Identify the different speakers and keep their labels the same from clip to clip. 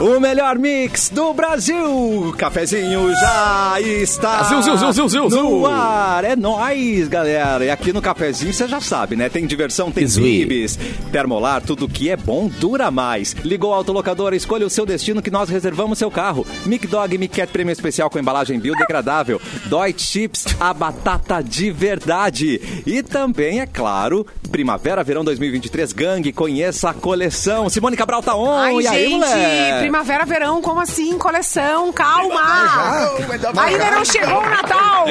Speaker 1: O melhor mix do Brasil. O Cafezinho já está
Speaker 2: Zil, zil, zil, zil, zil,
Speaker 1: no
Speaker 2: zil.
Speaker 1: ar. É nóis, galera. E aqui no Cafezinho você já sabe, né? Tem diversão, tem
Speaker 2: Zui.
Speaker 1: vibes. Termolar, tudo que é bom dura mais. Ligou o autolocador, escolha o seu destino que nós reservamos seu carro. Mic Dog Mic Cat Prêmio Especial com embalagem biodegradável. Dói Chips, a batata de verdade. E também, é claro, Primavera, Verão 2023, Gangue, conheça a coleção. Simone Cabral tá on.
Speaker 3: Ai,
Speaker 1: e aí,
Speaker 3: gente,
Speaker 1: mulher?
Speaker 3: primavera, verão, como assim? Coleção, calma!
Speaker 4: é
Speaker 3: Ainda não chegou o Natal!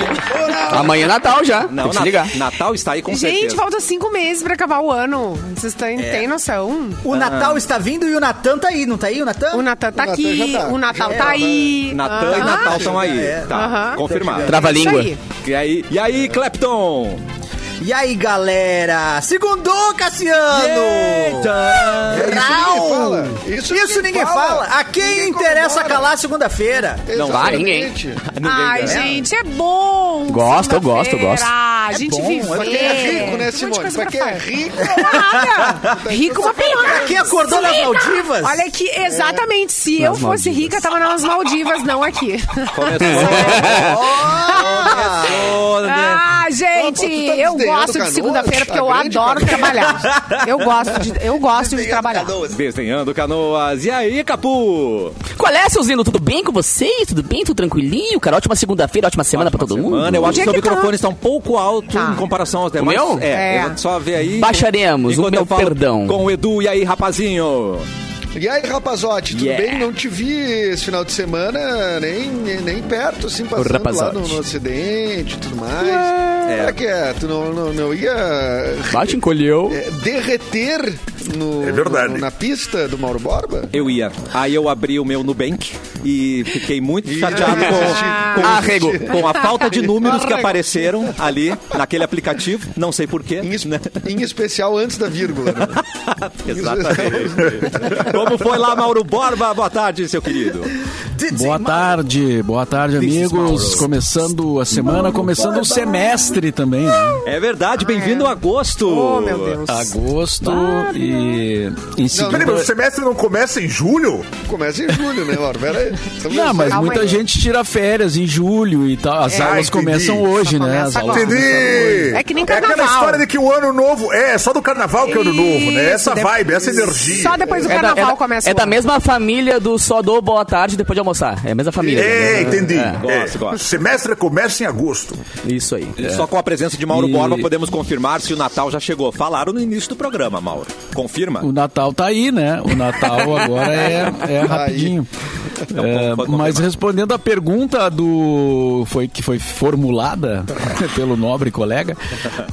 Speaker 2: Amanhã é Natal já. Tem
Speaker 1: Não,
Speaker 2: que se
Speaker 1: Na-
Speaker 2: ligar.
Speaker 1: Natal está aí com
Speaker 3: Gente,
Speaker 1: certeza.
Speaker 3: faltam cinco meses pra acabar o ano. Vocês têm, têm noção?
Speaker 5: O Natal está vindo e o Natan tá aí, não tá aí o Natan?
Speaker 3: O Natan tá
Speaker 4: Natan
Speaker 3: aqui,
Speaker 4: já tá.
Speaker 3: o Natal
Speaker 4: Já
Speaker 3: tá
Speaker 4: tá.
Speaker 3: aí.
Speaker 1: Natan e
Speaker 3: Aham.
Speaker 1: Natal estão aí.
Speaker 5: É.
Speaker 1: Tá,
Speaker 3: Ah. Aham.
Speaker 1: confirmado.
Speaker 2: Trava a
Speaker 3: Isso
Speaker 2: língua.
Speaker 3: aí.
Speaker 1: E aí, e aí, Clapton?
Speaker 5: E aí, galera? Segundou, Cassiano!
Speaker 1: Eita!
Speaker 5: Rau!
Speaker 4: fala. Isso ninguém
Speaker 5: ninguém fala.
Speaker 4: fala.
Speaker 5: A quem
Speaker 4: Ninguém
Speaker 5: interessa
Speaker 4: comemora.
Speaker 5: calar segunda-feira?
Speaker 2: Não vai ninguém.
Speaker 4: Exatamente.
Speaker 3: Ai, gente, é bom.
Speaker 2: Gosto, eu gosto, eu gosto.
Speaker 3: Ah, a gente
Speaker 5: bom,
Speaker 3: viver.
Speaker 5: é
Speaker 4: Pra quem é rico,
Speaker 3: Um monte
Speaker 4: né,
Speaker 3: de
Speaker 4: Simone?
Speaker 3: coisa
Speaker 4: Pra quem é
Speaker 3: fazer.
Speaker 4: rico,
Speaker 3: Nada. Rico uma
Speaker 5: Pra
Speaker 3: pior.
Speaker 5: quem acordou nas Maldivas?
Speaker 3: Olha aqui, exatamente. Se eu
Speaker 2: Nas
Speaker 3: fosse
Speaker 2: Maldivas.
Speaker 3: rica, tava nas Maldivas, não aqui.
Speaker 1: Começou. Começou, né?
Speaker 3: Ah, gente,
Speaker 4: Ah, pô, tu tá
Speaker 3: eu
Speaker 4: desdenhando
Speaker 3: gosto de
Speaker 4: Canoas?
Speaker 3: segunda-feira porque eu
Speaker 4: Tá grande,
Speaker 3: adoro
Speaker 4: Canoas.
Speaker 3: trabalhar. Eu gosto de, eu gosto de trabalhar.
Speaker 1: Desenhando canoas. E aí, Capu?
Speaker 6: Qual é, seu Zeno? Tudo bem com vocês? Tudo bem? Tudo tranquilinho? Cara, ótima segunda-feira, ótima semana pra todo mundo.
Speaker 1: Mano, eu acho que
Speaker 3: Onde é
Speaker 1: seu
Speaker 3: que tá?
Speaker 1: microfone está um pouco alto
Speaker 3: Tá.
Speaker 1: em comparação aos demais.
Speaker 2: meu?
Speaker 1: É,
Speaker 3: É.
Speaker 1: eu vou só ver aí.
Speaker 6: Baixaremos, o
Speaker 1: Enquanto
Speaker 6: meu
Speaker 1: eu falo
Speaker 6: perdão.
Speaker 1: Com o Edu, e aí, rapazinho?
Speaker 4: E aí, rapazote, tudo
Speaker 6: Yeah.
Speaker 4: bem? Não te vi esse final de semana, nem, nem perto, assim, passando lá
Speaker 6: rapazote.
Speaker 4: no, no Ocidente e tudo mais.
Speaker 1: É.
Speaker 4: Será que é? Tu não, não, não ia
Speaker 6: Bate, encolheu.
Speaker 4: é, derreter no,
Speaker 7: É verdade.
Speaker 4: no- na pista do Mauro Borba?
Speaker 1: Eu ia. Aí eu abri o meu Nubank e fiquei muito chateado
Speaker 4: aí,
Speaker 1: com, com,
Speaker 2: Arrego.
Speaker 1: com a falta de números que apareceram ali naquele aplicativo. Não sei porquê.
Speaker 4: Em, es- em especial antes da vírgula. né?
Speaker 1: Exatamente. Como foi lá, Mauro Borba? Boa tarde, seu querido.
Speaker 5: DJ
Speaker 8: Boa
Speaker 5: Mauro.
Speaker 8: tarde, boa tarde, amigos. Começando a semana, começando o semestre também. Né?
Speaker 1: É verdade, bem-vindo a agosto.
Speaker 3: Oh, meu Deus.
Speaker 8: Agosto e em
Speaker 7: Peraí, mas o
Speaker 8: seguida.
Speaker 7: semestre não começa em julho?
Speaker 4: Começa em julho, né, Mauro? Pera aí. Estamos
Speaker 8: Não, mas
Speaker 3: Calma
Speaker 8: muita
Speaker 3: aí. É.
Speaker 8: gente tira férias em julho e tal. As
Speaker 7: Ah,
Speaker 8: aulas
Speaker 7: entendi.
Speaker 8: começam hoje, né? As
Speaker 3: começa
Speaker 8: aulas
Speaker 3: agora.
Speaker 7: Entendi!
Speaker 3: É que nem
Speaker 7: É aquela
Speaker 3: carnaval.
Speaker 7: história de que o ano novo. É, é só do carnaval que é o ano novo, né? Essa
Speaker 3: Isso,
Speaker 7: vibe, essa energia.
Speaker 3: Só depois do carnaval
Speaker 6: é da,
Speaker 3: começa.
Speaker 6: é
Speaker 3: o
Speaker 6: da
Speaker 3: ano.
Speaker 6: mesma família do só do boa tarde depois de almoçar. É a mesma família.
Speaker 7: É,
Speaker 3: né?
Speaker 6: É,
Speaker 7: entendi.
Speaker 6: é,
Speaker 7: É.
Speaker 1: Gosto, gosto.
Speaker 7: Semestre começa em agosto.
Speaker 6: isso aí.
Speaker 1: Só com a presença de Mauro
Speaker 8: E-
Speaker 1: Borba podemos confirmar se o Natal já chegou. Falaram no início do programa, Mauro. Confirma?
Speaker 8: O Natal tá aí, né? O Natal agora é, é rapidinho. É,
Speaker 1: pode
Speaker 8: mas
Speaker 1: confirmar.
Speaker 8: respondendo a pergunta do foi que foi formulada pelo nobre colega,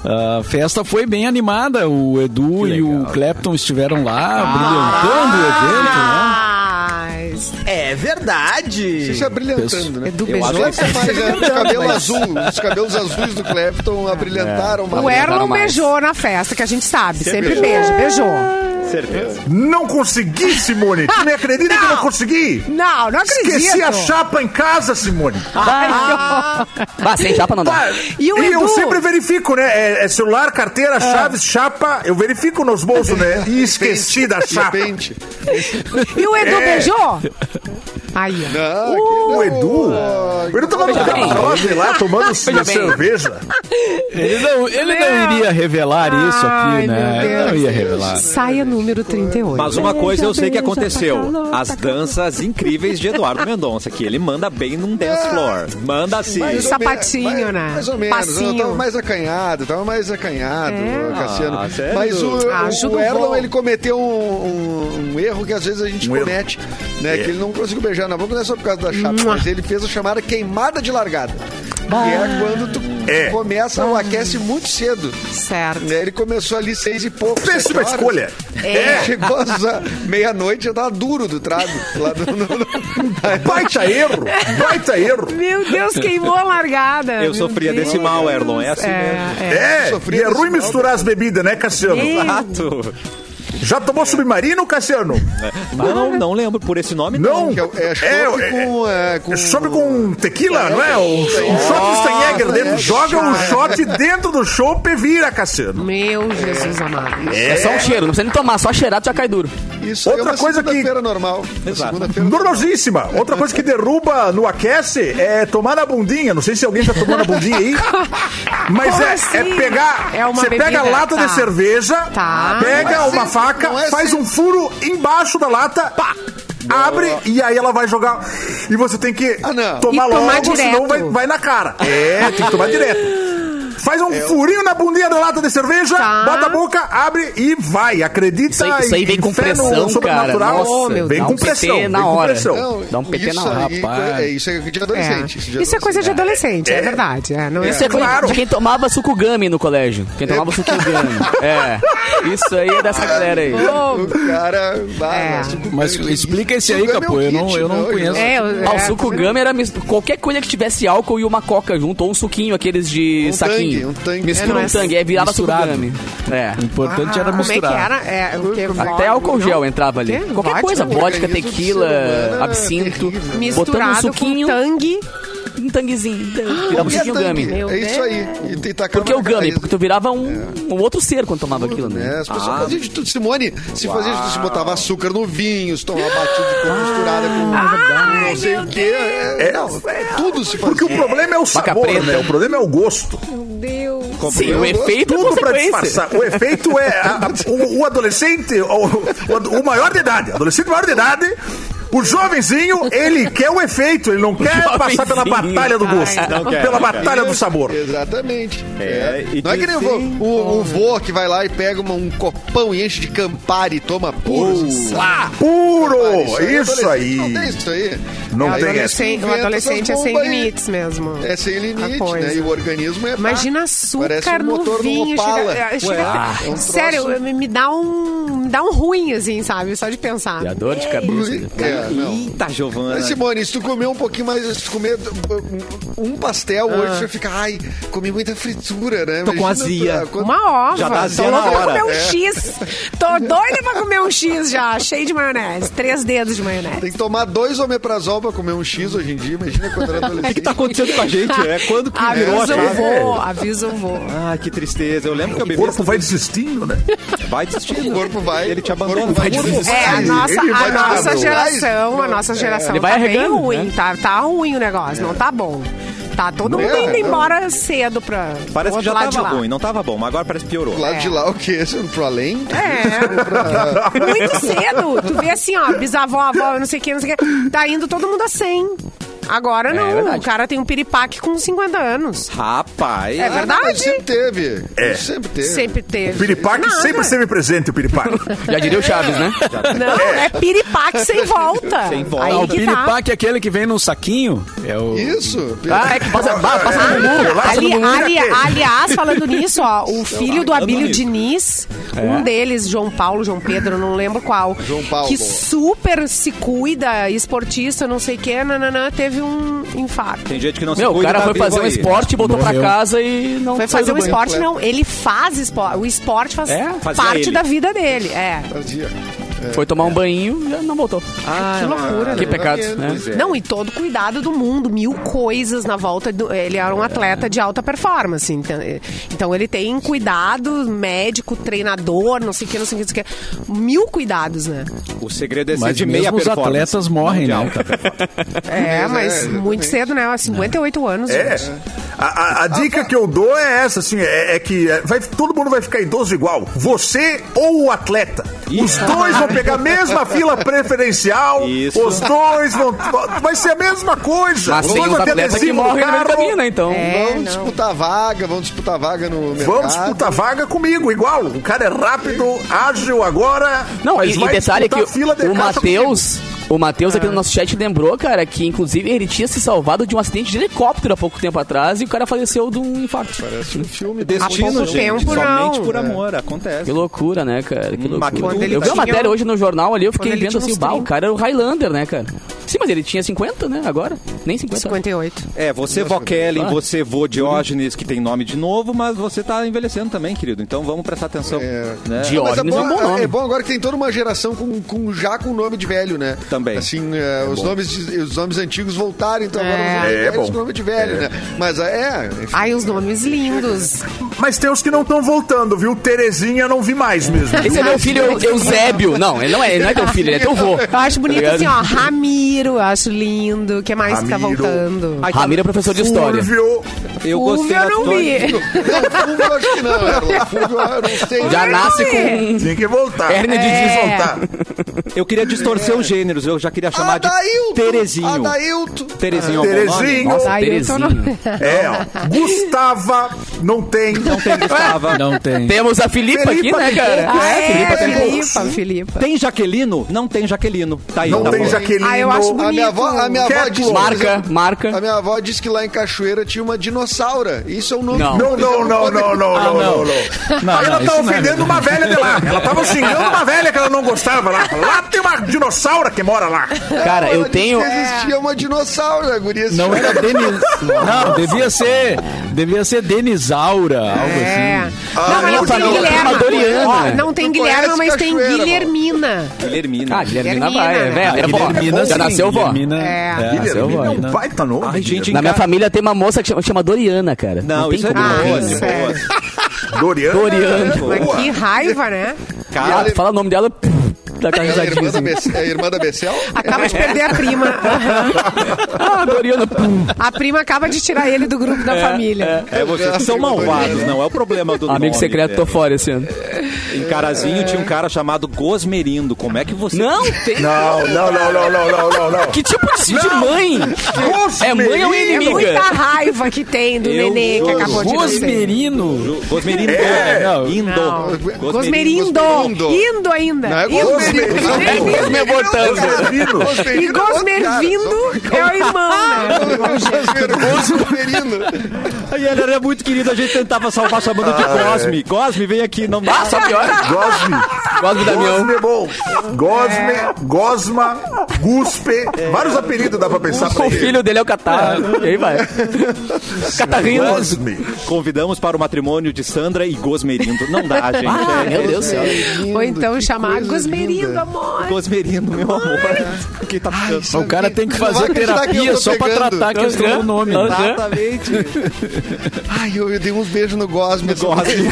Speaker 8: a festa foi bem animada. O Edu e o Clapton estiveram lá brilhantando o evento, né?
Speaker 3: Mas...
Speaker 5: É verdade.
Speaker 4: Isso é brilhantando, né?
Speaker 3: Edu
Speaker 1: Eu acho
Speaker 3: beijou.
Speaker 1: que
Speaker 4: Mas é, o cabelo azul, os cabelos azuis do Clapton abrilhantaram mais.
Speaker 3: O Erlon
Speaker 6: mais.
Speaker 3: beijou na festa, que a gente sabe. Sempre,
Speaker 1: beijou.
Speaker 3: beija, beijou.
Speaker 1: Certeza.
Speaker 7: Não consegui, Simone. Tu me acredita que eu não consegui?
Speaker 3: Não, não acredito.
Speaker 7: Esqueci a chapa em casa, Simone. Tá.
Speaker 6: Ah, sem chapa não dá.
Speaker 3: E o
Speaker 7: eu
Speaker 3: Edu? Ah.
Speaker 7: sempre verifico, né? É, é celular, carteira, chaves, chapa. Eu verifico nos bolsos, né? E esqueci da
Speaker 4: De
Speaker 7: chapa.
Speaker 4: repente.
Speaker 3: E o Edu
Speaker 7: É.
Speaker 3: beijou? Aí, ó.
Speaker 4: Ah,
Speaker 7: O
Speaker 4: que-
Speaker 7: Edu? O Edu tava no
Speaker 6: Veja bem.
Speaker 7: camarote lá, tomando
Speaker 6: Veja bem.
Speaker 7: cerveja.
Speaker 8: Ele não, ele não iria revelar isso
Speaker 3: Ai,
Speaker 8: aqui, né?
Speaker 3: meu
Speaker 8: Ele não
Speaker 3: Deus.
Speaker 8: ia revelar.
Speaker 3: Saia número 38.
Speaker 1: Mas uma coisa eu sei que aconteceu: as danças incríveis de Eduardo Mendonça, que ele manda bem num dance floor. Manda assim.
Speaker 3: E o
Speaker 4: ou
Speaker 3: sapatinho,
Speaker 4: menos,
Speaker 3: né?
Speaker 4: Mais, mais ou menos.
Speaker 3: Passinho. É.
Speaker 4: Eu tava mais acanhado, tava mais acanhado, Cassiano.
Speaker 1: Ah, sério?
Speaker 4: Mas o,
Speaker 3: Ah, ajuda
Speaker 4: o,
Speaker 3: o
Speaker 4: Erlon,
Speaker 3: voo.
Speaker 4: ele cometeu um, um- um erro que às vezes a gente
Speaker 7: Um erro.
Speaker 4: comete, né? Que ele não conseguiu beijar na boca, não é só por causa da chapa, mas ele fez a chamada queimada de largada. Que é quando tu
Speaker 7: É.
Speaker 4: começa ou aquece muito cedo.
Speaker 3: Certo.
Speaker 4: né? Ele começou ali seis e pouco. sete
Speaker 7: Péssima
Speaker 4: horas.
Speaker 7: escolha.
Speaker 4: É. Chegou às ah, meia-noite, já tava duro do trago. Lá no, no, no-
Speaker 7: Baita erro. Baita erro.
Speaker 3: Meu Deus, queimou a largada.
Speaker 1: Eu sofria desse mal, Erlon. É assim mesmo.
Speaker 3: É, é.
Speaker 7: É,
Speaker 4: Sofri
Speaker 7: e é
Speaker 4: desse
Speaker 7: ruim
Speaker 4: Tá mal,
Speaker 7: misturar as bebidas, né, Cassiano?
Speaker 3: Ei.
Speaker 1: Exato.
Speaker 7: Já tomou submarino, Cassiano?
Speaker 1: Não, não lembro por esse nome, não.
Speaker 7: Não.
Speaker 4: Que é, é chope com, é, com-
Speaker 7: chope com tequila, não é? O, o shot Steinegger dentro. Joga um shot dentro do chope e vira, Cassiano.
Speaker 3: Meu Jesus amado.
Speaker 6: É só um cheiro, não precisa nem tomar, só cheirado já cai duro.
Speaker 4: Isso aí
Speaker 7: Outra
Speaker 4: é uma
Speaker 7: coisa que-
Speaker 4: segunda-feira normal. Uma
Speaker 1: Exato.
Speaker 4: Segunda-feira
Speaker 7: Normalzíssima. Outra coisa que derruba no aquece é tomar na bundinha. Não sei se alguém já tomou na bundinha aí. Mas
Speaker 3: Como
Speaker 7: é,
Speaker 3: assim?
Speaker 7: é pegar.
Speaker 3: É uma
Speaker 7: você pega a
Speaker 3: bebida,
Speaker 7: lata
Speaker 3: tá.
Speaker 7: de cerveja,
Speaker 3: Tá.
Speaker 4: Não
Speaker 7: pega
Speaker 4: é
Speaker 7: uma
Speaker 4: simples,
Speaker 7: faca,
Speaker 4: não é
Speaker 7: faz um furo embaixo da lata, pá! Abre e aí ela vai jogar. E você tem que
Speaker 4: Ah, não.
Speaker 7: tomar
Speaker 3: E tomar
Speaker 7: logo,
Speaker 3: direto.
Speaker 7: senão vai, vai na cara. É, tem que tomar direto. Faz um furinho na bundinha da lata de cerveja,
Speaker 3: É, Tá.
Speaker 7: bota a boca, abre e vai. Acredita
Speaker 6: Isso aí- isso aí
Speaker 7: em-
Speaker 6: vem
Speaker 7: em
Speaker 6: com
Speaker 7: fé no
Speaker 6: pressão,
Speaker 7: Tá sobrenatural.
Speaker 6: cara. Nossa,
Speaker 7: vem
Speaker 6: dá
Speaker 7: com
Speaker 6: um PT
Speaker 7: pressão. vem
Speaker 6: na
Speaker 7: com
Speaker 6: hora.
Speaker 7: pressão.
Speaker 4: Não,
Speaker 6: Dá um PT na
Speaker 4: isso aí,
Speaker 8: rapaz.
Speaker 4: É, isso aí é de
Speaker 3: É.
Speaker 4: adolescente. de
Speaker 3: Isso é coisa de adolescente, é, verdade. É, não é.
Speaker 6: Isso é coisa
Speaker 7: claro.
Speaker 6: de quem tomava suco gummy no colégio. Quem tomava suco gummy. É. Isso aí é dessa galera aí.
Speaker 4: O cara. Ah,
Speaker 3: É.
Speaker 4: mas suco-
Speaker 8: Mas
Speaker 4: que-
Speaker 8: explica esse aí,
Speaker 4: suco é meu
Speaker 8: Capô, eu não-
Speaker 4: kit,
Speaker 8: eu não conheço.
Speaker 3: É, eu-
Speaker 6: Ah, o
Speaker 3: é,
Speaker 6: suco
Speaker 3: tá vendo?
Speaker 6: gummy era mis- qualquer coisa que tivesse álcool e uma coca junto, ou um suquinho aqueles de
Speaker 4: Um tangue,
Speaker 6: saquinho.
Speaker 4: um tangue.
Speaker 3: É, não
Speaker 6: Mistura
Speaker 3: é-
Speaker 6: um tangue, é virava
Speaker 8: Misturado.
Speaker 6: suco gummy. É.
Speaker 8: O importante era
Speaker 3: Como é que
Speaker 8: misturar.
Speaker 3: era? É, o quê?
Speaker 6: Até
Speaker 3: Vodka,
Speaker 6: álcool gel
Speaker 3: não?
Speaker 6: entrava ali.
Speaker 3: Quê?
Speaker 6: Qualquer
Speaker 3: Vodka?
Speaker 6: coisa, vodka,
Speaker 4: Organismo do
Speaker 6: tequila,
Speaker 4: ser humano é
Speaker 6: absinto.
Speaker 4: terrível.
Speaker 6: Botando um
Speaker 3: Misturado com
Speaker 6: suquinho,
Speaker 3: tangue.
Speaker 6: um tanguezinho. Virava um
Speaker 4: E é
Speaker 6: suquinho
Speaker 4: tangue,
Speaker 6: gummy.
Speaker 4: É isso aí. E tem tacar
Speaker 6: Porque
Speaker 4: na
Speaker 6: o gummy,
Speaker 4: cabeça.
Speaker 6: porque tu virava um, um outro ser quando tomava aquilo,
Speaker 4: É,
Speaker 6: né?
Speaker 4: as pessoas faziam de tudo. Simone, se fazia de tudo, se botava açúcar no vinho, se tomava batida de coco misturada com
Speaker 3: Ah.
Speaker 4: não sei o quê. É, não, tudo se fazia.
Speaker 7: Porque o problema é o sabor,
Speaker 6: preta.
Speaker 7: né? O problema é o gosto.
Speaker 6: Sim, o efeito é
Speaker 7: Tudo pra
Speaker 6: consequência.
Speaker 7: disfarçar. O efeito é a- a- o, o adolescente, o, o ad- o maior de idade, adolescente maior de idade, o jovenzinho, ele quer o efeito, ele não quer passar pela
Speaker 6: jovenzinho.
Speaker 7: batalha do gosto,
Speaker 1: não quer,
Speaker 7: pela
Speaker 1: não quer.
Speaker 7: batalha do sabor.
Speaker 4: Exatamente.
Speaker 1: É, e
Speaker 4: Não é que nem o vô.
Speaker 1: dizem-
Speaker 4: O, o vô que vai lá e pega uma- um copão e enche de campari e toma puro. assim,
Speaker 7: Ah, Puro!
Speaker 4: é
Speaker 7: Isso
Speaker 4: adolescente,
Speaker 7: aí.
Speaker 4: Não tem isso aí.
Speaker 7: Não
Speaker 4: Aí
Speaker 7: tem
Speaker 4: eles
Speaker 7: essa.
Speaker 4: inventam
Speaker 3: O adolescente é
Speaker 4: essas
Speaker 3: sem
Speaker 4: bombas aí.
Speaker 3: limites mesmo.
Speaker 4: É sem
Speaker 3: A
Speaker 4: limite,
Speaker 3: coisa.
Speaker 4: né? E o organismo é. pá,
Speaker 3: Imagina
Speaker 4: Parece um
Speaker 3: açúcar
Speaker 4: motor
Speaker 3: no vinho.
Speaker 4: do Opala.
Speaker 3: chega- é, chega-
Speaker 4: é um troço-
Speaker 3: Sério, me- me dá um. Me dá um ruim, assim, sabe? Só de pensar.
Speaker 6: Dá dor de cabeça.
Speaker 4: É, não.
Speaker 1: Eita, Giovana.
Speaker 4: Mas, Simone, se tu comer um pouquinho mais, se tu comer um
Speaker 3: Ah.
Speaker 4: pastel hoje, você fica, ai, comi muita fritura, né?
Speaker 1: Tô com azia.
Speaker 4: tu- quando-
Speaker 3: Uma ova.
Speaker 1: Já
Speaker 4: tá
Speaker 1: dá
Speaker 3: Tô
Speaker 1: zero na
Speaker 3: louca pra
Speaker 1: hora.
Speaker 3: comer um
Speaker 4: É.
Speaker 3: X. Tô doida pra comer um X já, cheio de maionese. Três dedos de maionese.
Speaker 4: Tem que tomar dois omeprazol pra comer um X hoje em dia, imagina quando era
Speaker 1: O
Speaker 3: É
Speaker 4: adolescente.
Speaker 1: que tá acontecendo com a gente? É quando
Speaker 3: Ah,
Speaker 1: que virou a
Speaker 3: Avisa o
Speaker 4: né?
Speaker 1: chave?
Speaker 3: vô, avisa o vô.
Speaker 1: Ah, que tristeza. Eu lembro que eu
Speaker 7: O
Speaker 1: bebi.
Speaker 7: corpo vai desistindo, né?
Speaker 1: essa- Vai desistindo.
Speaker 4: O corpo vai.
Speaker 1: Ele te
Speaker 4: o corpo
Speaker 1: abandona.
Speaker 4: vai
Speaker 1: O corpo
Speaker 4: desistir.
Speaker 3: É, a
Speaker 4: Ele
Speaker 3: nossa, a
Speaker 4: vai te É.
Speaker 3: nossa
Speaker 4: abandonando.
Speaker 3: geração, a nossa geração
Speaker 6: Ele vai
Speaker 3: tá bem
Speaker 6: arregando,
Speaker 3: ruim,
Speaker 6: né?
Speaker 3: tá, tá ruim o negócio, não tá bom. Tá todo
Speaker 4: Não
Speaker 3: mundo
Speaker 4: é,
Speaker 3: indo
Speaker 4: não.
Speaker 3: embora cedo pra
Speaker 1: Parece que
Speaker 3: outro
Speaker 1: já
Speaker 3: lado de
Speaker 1: tava
Speaker 3: É. lá.
Speaker 1: ruim, não tava bom, mas agora parece que piorou.
Speaker 4: Do lado de lá, o quê? Pro além?
Speaker 3: É, muito cedo. Tu vê assim, ó, bisavó, avó, não sei o que, não sei o que. Tá indo todo mundo a 100.
Speaker 1: É,
Speaker 3: Agora não,
Speaker 6: verdade.
Speaker 3: o cara tem um piripaque com 50 anos.
Speaker 1: Rapaz.
Speaker 3: É verdade?
Speaker 4: Mas sempre teve.
Speaker 7: É.
Speaker 4: Sempre teve.
Speaker 3: Sempre teve.
Speaker 7: O piripaque
Speaker 3: Nada.
Speaker 7: sempre sempre presente, o piripaque.
Speaker 6: Já diria o Chaves, né?
Speaker 3: Não, é piripaque sem volta.
Speaker 1: Sem volta.
Speaker 3: Aí
Speaker 8: Ah,
Speaker 3: que
Speaker 8: o
Speaker 3: tá.
Speaker 8: piripaque é aquele que vem num saquinho. É o...
Speaker 4: Isso.
Speaker 6: Ah, é que passa, passa no Então muro.
Speaker 7: Lá
Speaker 3: Ali-
Speaker 7: todo mundo
Speaker 3: ali-
Speaker 7: já quer.
Speaker 3: aliás, falando nisso, ó, o filho do
Speaker 1: falando
Speaker 3: Abílio
Speaker 1: nisso.
Speaker 3: Diniz,
Speaker 6: É.
Speaker 3: um deles, João Paulo, João Pedro, não lembro qual,
Speaker 4: João Paulo.
Speaker 3: que super se cuida, esportista, não sei o que, nananã, teve um infarto.
Speaker 1: Tem gente que não se
Speaker 6: Meu, o
Speaker 1: cuida
Speaker 6: cara
Speaker 1: tá
Speaker 6: foi
Speaker 1: vivo
Speaker 6: fazer um
Speaker 1: aí.
Speaker 6: esporte, voltou pra
Speaker 8: Morreu.
Speaker 6: casa e não
Speaker 3: Foi
Speaker 6: saiu
Speaker 3: fazer
Speaker 6: do
Speaker 3: um
Speaker 6: banho.
Speaker 3: esporte, não. Ele faz esporte. O esporte faz
Speaker 6: É?
Speaker 1: Fazia
Speaker 3: parte
Speaker 1: ele.
Speaker 3: da vida dele. É.
Speaker 4: Fazia.
Speaker 6: Foi tomar um banho e já não voltou.
Speaker 3: que loucura,
Speaker 6: Que
Speaker 3: né?
Speaker 6: pecado, né?
Speaker 1: Pois é.
Speaker 3: Não, e todo cuidado do mundo, mil coisas na volta. Do, ele era um atleta de alta performance. Então, eh, então ele tem cuidado médico, treinador, não sei o que, não sei o que, não sei o que. Mil cuidados, né?
Speaker 1: O segredo é ser
Speaker 8: Mas
Speaker 1: de
Speaker 8: mesmo
Speaker 1: meia
Speaker 8: os
Speaker 1: performance.
Speaker 8: atletas morrem,
Speaker 1: Mundial.
Speaker 8: né? cara?
Speaker 3: É, mas
Speaker 4: exatamente.
Speaker 3: muito cedo, né? 58 anos.
Speaker 7: É.
Speaker 3: gente.
Speaker 7: A, a- a dica que eu dou é essa, assim, é, é que é, vai, todo mundo vai ficar idoso igual. Você ou o atleta. Os dois vão pegar a mesma fila preferencial.
Speaker 1: Isso.
Speaker 7: Os dois vão. Vai ser a mesma coisa.
Speaker 6: Mas
Speaker 7: os
Speaker 6: tem
Speaker 7: dois
Speaker 6: os
Speaker 7: vão ter
Speaker 6: atletas que
Speaker 7: um adesivo no
Speaker 6: morrem no meio do
Speaker 7: carro.
Speaker 6: caminho, né? Então.
Speaker 3: É,
Speaker 4: vão
Speaker 3: não.
Speaker 4: disputar vaga, vão disputar vaga no mercado. tipo
Speaker 7: Vão disputar vaga comigo, igual. O cara é rápido, ágil agora.
Speaker 6: Não,
Speaker 7: mas
Speaker 6: e, e
Speaker 7: vai
Speaker 6: detalhe é
Speaker 7: disputar
Speaker 6: que
Speaker 7: fila de
Speaker 6: o
Speaker 7: caixa
Speaker 6: Matheus, O Matheus aqui no nosso chat lembrou, cara, que inclusive ele tinha se salvado de um acidente de helicóptero há pouco tempo atrás e o cara faleceu de um infarto.
Speaker 4: Parece um filme.
Speaker 3: Há
Speaker 1: Destino,
Speaker 3: pouco
Speaker 1: gente.
Speaker 3: tempo,
Speaker 1: somente
Speaker 3: não.
Speaker 1: por amor,
Speaker 6: Que
Speaker 1: acontece.
Speaker 6: loucura, né, cara? Que loucura.
Speaker 1: Maquinando
Speaker 3: Quando ele
Speaker 6: eu vi a
Speaker 3: tinha-
Speaker 6: matéria hoje no jornal ali, eu fiquei
Speaker 3: Quando ele
Speaker 6: vendo
Speaker 3: tinha
Speaker 6: assim,
Speaker 3: uns
Speaker 6: bah, o
Speaker 3: 30.
Speaker 6: cara era o Highlander, né, cara? Sim, mas ele tinha 50, né, agora? Nem 50.
Speaker 3: 58.
Speaker 1: É, você, Vó Kellen, você, Vô Diógenes, que tem nome de novo, mas você tá envelhecendo também, querido. Então vamos prestar atenção.
Speaker 4: É.
Speaker 1: né?
Speaker 6: Dió-
Speaker 4: Mas é
Speaker 6: Diógenes
Speaker 4: bom,
Speaker 6: é um bom nome.
Speaker 4: é bom agora que tem toda uma geração com, com- já com nome de velho, né?
Speaker 1: Também.
Speaker 4: Assim, é, os, nomes, de- os nomes antigos voltaram, então agora
Speaker 3: É.
Speaker 4: os nomes
Speaker 7: É
Speaker 4: velhos
Speaker 7: bom.
Speaker 4: com nome de velho, né? Mas é, enfim,
Speaker 3: Ai, os nomes lindos.
Speaker 7: Mas tem uns que não estão voltando, viu? Terezinha eu não vi mais mesmo.
Speaker 6: Esse é meu filho Eu- Eusébio. Não, ele não é, ele não é teu filho, ele é teu vô.
Speaker 3: Eu acho bonito
Speaker 6: ligado?
Speaker 3: assim, ó. Ramiro, eu acho lindo. O que mais que tá
Speaker 7: Ramiro.
Speaker 3: voltando?
Speaker 6: Ramiro é professor de história.
Speaker 7: Viu?
Speaker 1: Eu
Speaker 3: Fulvio
Speaker 1: gostei
Speaker 3: eu
Speaker 1: da
Speaker 3: não
Speaker 1: tua-
Speaker 3: vi.
Speaker 4: não, Fulvio eu acho que não, Erlon. Fulvio eu não sei.
Speaker 6: Já nasce
Speaker 3: é.
Speaker 6: com
Speaker 7: Tem que voltar.
Speaker 6: hérnia de
Speaker 3: É.
Speaker 6: desvoltar.
Speaker 1: Eu queria distorcer os gêneros, eu já queria chamar de
Speaker 4: Adailto!
Speaker 1: Terezinho.
Speaker 4: Adailto!
Speaker 1: Terezinho é um bom nome?
Speaker 7: Terezinho.
Speaker 6: Nossa,
Speaker 3: Ai, eu tô no-
Speaker 6: Terezinha.
Speaker 7: É, ó. Gustava não tem.
Speaker 1: Não tem Gustavo.
Speaker 8: Não tem.
Speaker 6: Temos a Filipa aqui,
Speaker 7: Filipa
Speaker 6: né,
Speaker 7: tem
Speaker 6: cara?
Speaker 3: Ah, é,
Speaker 6: tem
Speaker 3: Filipa, Filipa.
Speaker 1: Tem Jaquelino? Não tem Jaquelino. Tá aí.
Speaker 7: Não
Speaker 1: tá
Speaker 7: tem
Speaker 1: bom.
Speaker 7: Jaqueline.
Speaker 3: Ah, eu acho
Speaker 4: A minha
Speaker 3: bonito.
Speaker 4: avó, a minha avó
Speaker 7: Quer
Speaker 4: disse, por
Speaker 6: Marca,
Speaker 4: exemplo, A
Speaker 6: marca.
Speaker 4: minha avó disse que lá em Cachoeira tinha uma dinossaura. Isso é um nome.
Speaker 6: Não.
Speaker 7: Não, não, não, não, não,
Speaker 8: Ah,
Speaker 7: não, não,
Speaker 8: não.
Speaker 7: não.
Speaker 8: Não, não,
Speaker 7: ela tá
Speaker 8: isso não é
Speaker 7: ofendendo
Speaker 8: verdade.
Speaker 7: uma velha de lá. Ela tava xingando uma velha que ela não gostava lá. Lá tem uma dinossauro que mora lá.
Speaker 6: Cara, eu
Speaker 4: Ela disse
Speaker 6: tenho.
Speaker 4: que
Speaker 3: É.
Speaker 4: existia uma dinossauro, né, a guria. se
Speaker 8: Não
Speaker 4: chama-
Speaker 8: era Denis. Não, devia ser. Devia ser Denisaura, algo
Speaker 3: É.
Speaker 8: assim.
Speaker 4: Ah,
Speaker 3: não, mas não
Speaker 6: Rafa,
Speaker 3: tem
Speaker 6: não,
Speaker 3: Guilherme.
Speaker 6: tem Madoriana.
Speaker 3: Ó, não tem
Speaker 4: Tu
Speaker 3: Guilherme,
Speaker 4: conhece
Speaker 3: mas tem
Speaker 4: Cachoeira,
Speaker 3: Guilhermina.
Speaker 1: Guilhermina.
Speaker 6: Ah, Guilhermina
Speaker 3: Guilhermina,
Speaker 6: vai, é
Speaker 3: né?
Speaker 6: velho. É vó.
Speaker 8: Guilhermina,
Speaker 6: Já
Speaker 8: sim,
Speaker 6: nasceu vó.
Speaker 8: Guilhermina-
Speaker 3: É.
Speaker 8: é, nasceu vó.
Speaker 7: Guilhermina, vai tá nome.
Speaker 1: Ai, gente,
Speaker 6: Na minha
Speaker 1: enca-
Speaker 6: família tem uma moça que chama, chama Doriana, cara.
Speaker 1: Não,
Speaker 6: tem
Speaker 1: isso é de
Speaker 6: como não.
Speaker 1: boa,
Speaker 3: Ah,
Speaker 1: de
Speaker 3: isso
Speaker 1: boa. é
Speaker 7: Doriana.
Speaker 6: Doriana.
Speaker 3: Mas que raiva, né?
Speaker 6: Ah, tu fala o nome dela, pff, dá aquela
Speaker 4: Ela é a
Speaker 6: risadinha.
Speaker 4: irmã da
Speaker 6: assim.
Speaker 4: Bece- é a irmã da Becel?
Speaker 3: Acaba de perder a prima. Aham.
Speaker 6: Ah, Doriana, pum.
Speaker 3: A prima acaba de tirar ele do grupo da família.
Speaker 1: É, vocês que são malvados, não é o problema do nome,
Speaker 6: Amigo secreto,
Speaker 1: né?
Speaker 6: tô fora esse ano.
Speaker 1: Em Carazinho tinha um cara chamado Gosmerindo. Como é que você...
Speaker 6: Não, tem.
Speaker 7: Não, não, não, não, não, não, não, não.
Speaker 6: Que tipo de, de mãe? É mãe
Speaker 4: um
Speaker 6: ou
Speaker 3: É
Speaker 6: inimiga?
Speaker 3: muita raiva que tem do
Speaker 1: Eu
Speaker 3: nenê que
Speaker 1: juro.
Speaker 3: acabou de nascer.
Speaker 8: Rosmerino.
Speaker 1: Ju- Gosmerindo.
Speaker 7: É.
Speaker 1: Não. Indo.
Speaker 3: Não.
Speaker 1: Gosmerindo.
Speaker 3: Gosmerindo.
Speaker 4: Gosmerindo.
Speaker 3: Indo ainda.
Speaker 4: Não é
Speaker 3: Indo.
Speaker 4: Gosmerindo.
Speaker 3: É Indo.
Speaker 7: Gosmerino.
Speaker 3: E Gosmervindo é o irmão, né?
Speaker 4: Gosmerino.
Speaker 1: E ele era muito querido, a gente tentava salvar chamando de Gosme. Gosme, vem aqui. Não dá.
Speaker 6: Ah, só piora.
Speaker 7: Gosme.
Speaker 6: Gosto do Damião.
Speaker 7: Gosme é bom. Gosme, Gosma, Guspe. Vários apelidos dá pra pensar pra
Speaker 6: O
Speaker 7: ele.
Speaker 6: filho dele é o Catarro. E aí vai. Catarrino.
Speaker 7: Gosme.
Speaker 1: Convidamos para o matrimônio de Sandra e Gosmerindo. Não dá, gente.
Speaker 6: Ah,
Speaker 1: É
Speaker 6: meu Deus do céu.
Speaker 3: Ou então chamar Gosmerindo, amor.
Speaker 1: Gosmerindo, meu amor. Fiquei tá
Speaker 8: O cara tem que
Speaker 4: Não vai
Speaker 8: fazer
Speaker 4: acreditar que eu
Speaker 8: terapia
Speaker 4: tô
Speaker 8: só pra
Speaker 4: pegando.
Speaker 3: Tá
Speaker 8: tratar a questão do nome.
Speaker 6: Aham.
Speaker 1: Exatamente.
Speaker 4: Ai, eu, eu dei uns beijos no Gosme. assim.
Speaker 1: Gosme.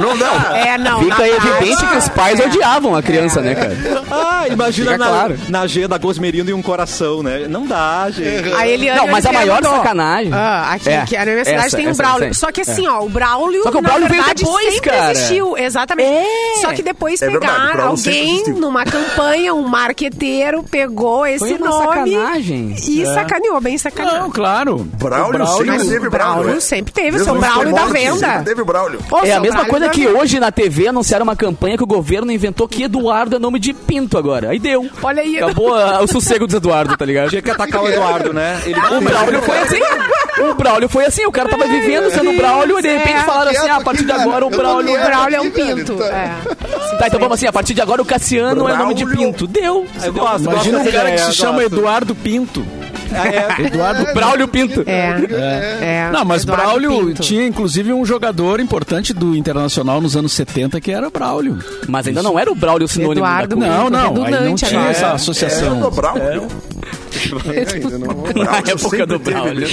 Speaker 7: Não dá.
Speaker 3: É, não.
Speaker 6: Fica
Speaker 3: na é.
Speaker 6: evidente que os pais odiavam a criança, né, cara?
Speaker 1: Ah, imagina
Speaker 6: Fica
Speaker 1: na,
Speaker 6: claro.
Speaker 1: na agenda Gosmerindo e um coração, né? Não dá, gente.
Speaker 3: A Eliane
Speaker 6: Não, mas a
Speaker 3: Oliveira
Speaker 6: maior
Speaker 3: É. mandou.
Speaker 6: sacanagem.
Speaker 3: Ah, aqui,
Speaker 6: É,
Speaker 3: aqui na minha cidade
Speaker 6: essa,
Speaker 3: tem o
Speaker 6: essa,
Speaker 3: Braulio.
Speaker 6: essa aí.
Speaker 3: Só que assim, ó, o Braulio,
Speaker 6: Só que o Braulio
Speaker 3: na
Speaker 6: veio
Speaker 3: verdade,
Speaker 6: depois,
Speaker 3: sempre
Speaker 6: cara.
Speaker 3: existiu. Exatamente.
Speaker 6: É.
Speaker 3: Só que depois
Speaker 7: É verdade, o
Speaker 3: pegaram
Speaker 7: Braulio sempre
Speaker 3: alguém
Speaker 7: existiu.
Speaker 3: numa campanha, um marqueteiro pegou esse
Speaker 6: uma
Speaker 3: nome
Speaker 6: sacanagem. É.
Speaker 3: e sacaneou, bem sacaneou.
Speaker 8: Não, claro.
Speaker 7: Braulio sempre
Speaker 8: Braulio-
Speaker 7: teve
Speaker 3: o Braulio
Speaker 7: Braulio. é.
Speaker 3: sempre teve, seu
Speaker 7: Mesmo antes
Speaker 3: Braulio da
Speaker 7: morte,
Speaker 3: venda.
Speaker 7: sempre Teve Braulio.
Speaker 3: Ô,
Speaker 6: É a
Speaker 3: seu
Speaker 6: mesma
Speaker 3: Braulio
Speaker 6: coisa
Speaker 3: da
Speaker 6: que
Speaker 3: vida.
Speaker 6: hoje na TV anunciaram uma campanha que o governo inventou que Eduardo é nome de Pinto agora. Aí deu.
Speaker 3: Olha aí.
Speaker 6: Acabou ah, o sossego dos Eduardo, tá ligado?
Speaker 1: Tinha que atacar o Eduardo, né? Ele
Speaker 6: O Braulio foi assim. O Braulio foi assim. O cara tava vivendo sendo Braulio e de repente
Speaker 3: é.
Speaker 6: falaram assim: ah, a
Speaker 4: Quieto
Speaker 6: partir de
Speaker 4: aqui,
Speaker 6: agora o
Speaker 4: cara. Eu tô
Speaker 6: Braulio.
Speaker 3: O Braulio é um
Speaker 4: Aqui, velho,
Speaker 3: pinto.
Speaker 4: tá.
Speaker 3: é.
Speaker 6: Tá, então vamos assim: a partir de agora o Cassiano é nome de
Speaker 7: Braulio.
Speaker 6: Pinto. Deu.
Speaker 1: Eu gosto,
Speaker 8: Imagina
Speaker 1: gosto
Speaker 8: um cara que se chama
Speaker 1: Eduardo.
Speaker 8: Eduardo Pinto. Ah,
Speaker 6: Eduardo Braulio Pinto.
Speaker 3: É. É.
Speaker 8: Não, mas
Speaker 3: Eduardo
Speaker 8: Braulio
Speaker 3: Pinto.
Speaker 8: tinha inclusive um jogador importante do Internacional nos anos 70 que era Braulio.
Speaker 6: Mas ainda não era o Braulio sinônimo
Speaker 3: Eduardo.
Speaker 6: da coisa.
Speaker 8: Não, não, aí não
Speaker 3: redundante
Speaker 8: tinha
Speaker 3: agora.
Speaker 8: essa
Speaker 7: É,
Speaker 8: associação.
Speaker 7: do Braulio.
Speaker 4: É, ainda não.
Speaker 6: Na
Speaker 7: Braulio
Speaker 6: época
Speaker 7: sempre
Speaker 6: do
Speaker 7: teve,
Speaker 6: Braulio.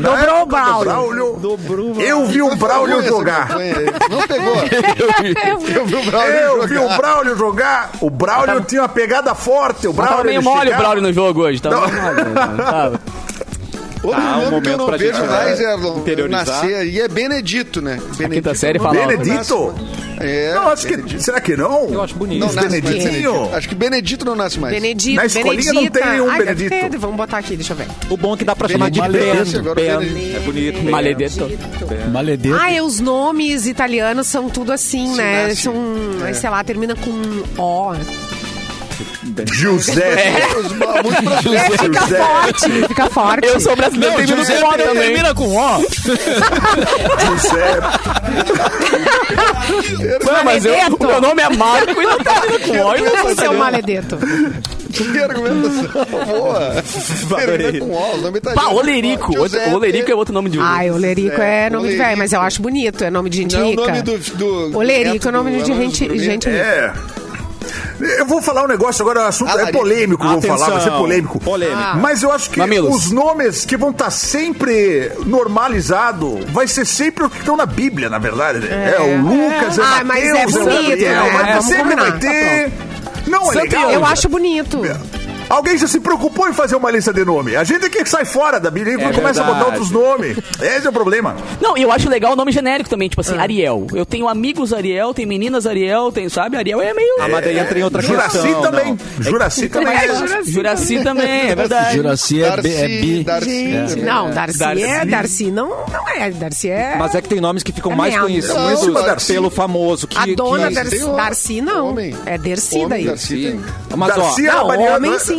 Speaker 7: Na
Speaker 3: Dobrou o
Speaker 7: época
Speaker 3: Braulio.
Speaker 7: do Braulio. Eu vi o Braulio
Speaker 4: Essa
Speaker 7: jogar.
Speaker 4: campanha aí. Não pegou.
Speaker 3: É,
Speaker 4: Eu vi o Braulio jogar.
Speaker 7: Eu vi o Braulio jogar. O Braulio tinha uma pegada forte. O Braulio
Speaker 6: Tava meio
Speaker 7: ele
Speaker 6: mole o
Speaker 7: chegava-
Speaker 6: Braulio no jogo hoje. Tava
Speaker 7: Não.
Speaker 6: meio mole. né? Tava.
Speaker 4: Outro
Speaker 1: Tá, um
Speaker 4: nome que
Speaker 1: momento
Speaker 4: eu não
Speaker 1: pra
Speaker 4: vejo
Speaker 1: gente,
Speaker 4: mais,
Speaker 1: né,
Speaker 4: Erlon,
Speaker 1: interiorizar.
Speaker 4: nascer aí é Benedito, né? Benedito.
Speaker 6: Quinta série falava.
Speaker 7: Benedito?
Speaker 4: É.
Speaker 7: Não, acho que. Será que não?
Speaker 1: Eu acho bonito.
Speaker 4: Não nasce mais
Speaker 7: Beneditinho?
Speaker 4: Benedito. Acho que Benedito não nasce mais.
Speaker 3: Benedito,
Speaker 7: Na escolinha não tem
Speaker 3: Benedita.
Speaker 7: nenhum
Speaker 3: Ai, deve
Speaker 7: Benedito.
Speaker 3: ter, Vamos botar aqui, deixa eu ver.
Speaker 1: O bom é que dá pra chamar de
Speaker 4: Maledetto,
Speaker 1: Ben.
Speaker 4: agora
Speaker 1: Ben.
Speaker 4: Benedetto.
Speaker 1: É bonito. Ben.
Speaker 6: Maledetto.
Speaker 8: Maledeto.
Speaker 3: Ah, e os nomes italianos são tudo assim,
Speaker 4: Se
Speaker 3: né?
Speaker 4: nasce.
Speaker 3: São,
Speaker 4: É.
Speaker 3: sei lá, termina com O.
Speaker 7: Giuseppe.
Speaker 3: É. Fica forte, fica forte.
Speaker 6: Eu sou brasileiro, tem minuto fora também.
Speaker 8: com ó.
Speaker 7: Giuseppe.
Speaker 6: Não, mas eu, o meu nome é Marco e não tá vindo com ó. eu não sou
Speaker 3: Seu
Speaker 6: italiano.
Speaker 3: maledeto.
Speaker 4: Que argumentação boa. Termina com O, o nome tá
Speaker 6: Pá, Olerico. Outro- Olerico é outro nome de um.
Speaker 3: Ai, Olerico é nome de
Speaker 4: Olerico.
Speaker 3: velho, mas eu acho bonito, é nome de gente
Speaker 4: Não, o
Speaker 3: rica.
Speaker 4: nome do... do
Speaker 3: Olerico
Speaker 4: neto
Speaker 3: é nome
Speaker 4: do
Speaker 3: de
Speaker 4: Erasmo
Speaker 3: gente,
Speaker 4: Brunet.
Speaker 3: gente rica.
Speaker 7: É. Eu vou falar um negócio agora, o
Speaker 3: Ah,
Speaker 7: assunto é
Speaker 4: Alarico.
Speaker 7: polêmico, eu vou falar, vai ser polêmico.
Speaker 1: Polêmico.
Speaker 7: Mas eu acho que
Speaker 6: Mamilos.
Speaker 7: os nomes que vão estar sempre normalizado vai ser sempre o que estão na Bíblia, na verdade. É, o Lucas, é o
Speaker 3: Ah, mas é
Speaker 7: Mateus, o
Speaker 3: bonito,
Speaker 7: Gabriel,
Speaker 3: né?
Speaker 7: mas
Speaker 3: Vamos
Speaker 7: sempre
Speaker 3: combinar.
Speaker 7: vai ter... Não é legal.
Speaker 3: Então, Eu acho bonito.
Speaker 7: Alguém já se preocupou em fazer uma lista de nome. A gente é que sai fora da Bíblia e começa a botar
Speaker 1: É verdade.
Speaker 7: outros nomes. Esse é o problema.
Speaker 6: Não, e eu acho legal o nome genérico também, tipo
Speaker 3: Ah.
Speaker 6: assim, Ariel. Eu tenho amigos Ariel, tem meninas Ariel, tem, sabe? Ariel é meio.
Speaker 1: Ah, mas daí entra em outra
Speaker 7: Juraci
Speaker 1: questão.
Speaker 7: também.
Speaker 1: não.
Speaker 7: Juraci também.
Speaker 3: É,
Speaker 7: é-
Speaker 3: Juraci.
Speaker 6: Juraci também, é verdade.
Speaker 8: Juraci é B. É
Speaker 4: Darcy,
Speaker 8: bi.
Speaker 4: Darcy.
Speaker 3: Não, Darcy,
Speaker 6: Darcy.
Speaker 3: é. Darcy não, não é. Darcy é.
Speaker 1: Mas é que tem nomes que ficam
Speaker 3: É
Speaker 1: mais
Speaker 3: merda.
Speaker 1: conhecidos
Speaker 4: Não, mas-
Speaker 1: pelo famoso. Que, é
Speaker 3: a dona
Speaker 1: que...
Speaker 4: Darcy.
Speaker 3: Darcy,
Speaker 4: tem o-
Speaker 3: Darcy não.
Speaker 4: homem.
Speaker 3: É Dercy
Speaker 4: Homem,
Speaker 3: daí.
Speaker 4: Darcy tem-
Speaker 1: Mas, ó,
Speaker 7: Darcy é
Speaker 3: Não,
Speaker 7: Mariana-
Speaker 3: homem sim.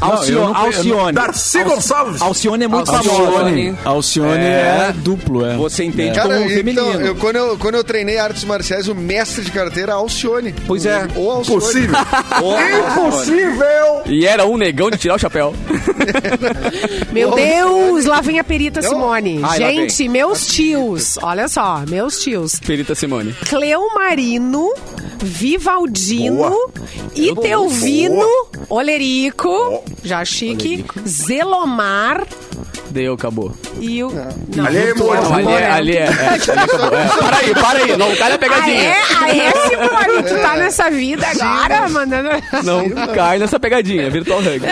Speaker 1: Alcio-
Speaker 8: eu não conheço-
Speaker 1: Alcione.
Speaker 7: Darcy Gonçalves.
Speaker 1: Alcione é muito famosa.
Speaker 3: né?
Speaker 6: Alcione.
Speaker 8: Alcione é, duplo, é.
Speaker 1: Você entende
Speaker 4: Cara,
Speaker 1: como um
Speaker 4: então,
Speaker 1: feminino.
Speaker 4: eu, quando, eu, quando eu treinei artes marciais, o mestre de carteira era Alcione.
Speaker 1: Pois é.
Speaker 4: Ou Alcione.
Speaker 7: Impossível.
Speaker 1: Ô, Alcione.
Speaker 7: Impossível.
Speaker 6: E era um negão de tirar o chapéu.
Speaker 3: Meu Deus, lá vem a perita Simone.
Speaker 1: Ai, lá vem.
Speaker 3: Gente, meus tios, olha só, meus tios.
Speaker 6: Perita Simone.
Speaker 3: Cleumarino, Vivaldino,
Speaker 7: Boa.
Speaker 3: Itelvino, Olerico, já chique, Zelomar
Speaker 6: Deu, acabou.
Speaker 3: e o...
Speaker 7: Ali é
Speaker 6: Não, ali, é,
Speaker 3: Morel.
Speaker 6: ali é. é, ali acabou. É, Para aí, para aí. Não cai na
Speaker 3: Ah,
Speaker 6: pegadinha.
Speaker 3: é? Ah, é, Simone? Tu tá nessa vida agora, mandando...
Speaker 6: Não cai nessa pegadinha, é virtual hug.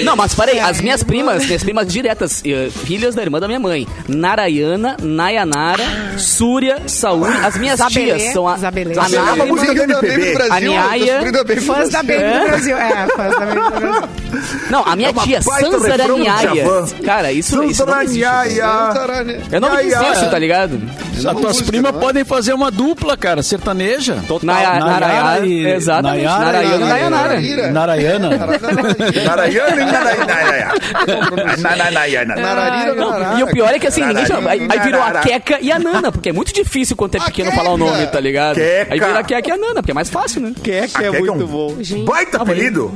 Speaker 7: É.
Speaker 6: Não, mas parei, as minhas primas, minhas primas diretas, eh, filhas da irmã da minha mãe, Narayana, Nayanara, Súria, Saúl, as minhas
Speaker 3: Zabelê,
Speaker 6: tias são a,
Speaker 3: Zabelê.
Speaker 6: a
Speaker 4: Ah,
Speaker 7: Zabelê.
Speaker 6: Nara-
Speaker 7: Uma música
Speaker 4: Briga
Speaker 7: do
Speaker 4: também
Speaker 7: MPB.
Speaker 4: pro Brasil,
Speaker 6: Aniaia.
Speaker 4: tá subindo bem pro
Speaker 3: Fãs da
Speaker 4: Brasil.
Speaker 3: Baby do Brasil. É, fãs da Baby do Brasil.
Speaker 6: Não, a minha tia,
Speaker 7: É baita refrão do
Speaker 6: Sanzaraniaia.
Speaker 7: Djavan.
Speaker 6: Cara, isso, isso não existe.
Speaker 7: Santaraniaia.
Speaker 6: É nome que existe, tá ligado?
Speaker 8: As tuas
Speaker 4: música,
Speaker 8: primas
Speaker 4: não é?
Speaker 8: podem fazer uma dupla, cara, sertaneja.
Speaker 6: Naya- Narayana,
Speaker 8: e-
Speaker 6: exatamente, Narayana e
Speaker 8: Nayara.
Speaker 6: Nayanara.
Speaker 8: Narayana.
Speaker 7: Narayana e Narayana.
Speaker 4: É,
Speaker 7: Narayana.
Speaker 4: Nararira,
Speaker 6: Não, e o pior é que assim, ninguém chama. Aí, aí virou a Queca e a Nana, porque é muito difícil quando é
Speaker 4: A
Speaker 6: pequeno
Speaker 4: Queca.
Speaker 6: falar o nome, tá ligado?
Speaker 7: Queca.
Speaker 6: Aí virou a Queca e a Nana, porque é mais fácil, né?
Speaker 1: Queca é
Speaker 7: Queca é
Speaker 1: muito
Speaker 7: um-
Speaker 1: bom.
Speaker 7: Baita apelido.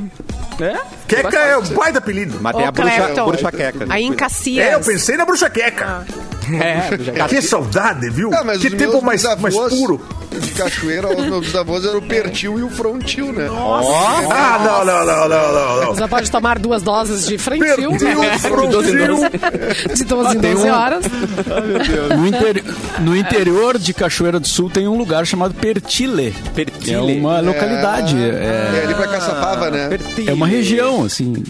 Speaker 6: É?
Speaker 7: Queca é um baita apelido.
Speaker 1: Mas tem
Speaker 3: Ô,
Speaker 1: a bruxa,
Speaker 3: Clepton.
Speaker 1: bruxa né? queca.
Speaker 3: Aí em
Speaker 7: É, eu
Speaker 3: Cacias.
Speaker 7: pensei na bruxa queca.
Speaker 6: É, já
Speaker 7: Que saudade, viu?
Speaker 4: Ah, mas
Speaker 7: Que
Speaker 4: os
Speaker 7: tempo
Speaker 4: meus
Speaker 7: mais, mais
Speaker 4: bisavôs
Speaker 7: puro.
Speaker 4: De cachoeira, os meus bisavôs eram o Pertil e o Frontil, né?
Speaker 7: Ah, não, não, não, não, não, não.
Speaker 3: Já pode tomar duas doses de frentil, né?
Speaker 7: Perdi o
Speaker 6: doze em
Speaker 7: frontil.
Speaker 6: doze.
Speaker 3: de 12 em 12 horas.
Speaker 8: No, interi- no interior de Cachoeira do Sul tem um lugar chamado Pertile.
Speaker 1: Pertile.
Speaker 8: É uma localidade. É,
Speaker 4: É ali pra Caçapava, né?
Speaker 8: é uma região, assim.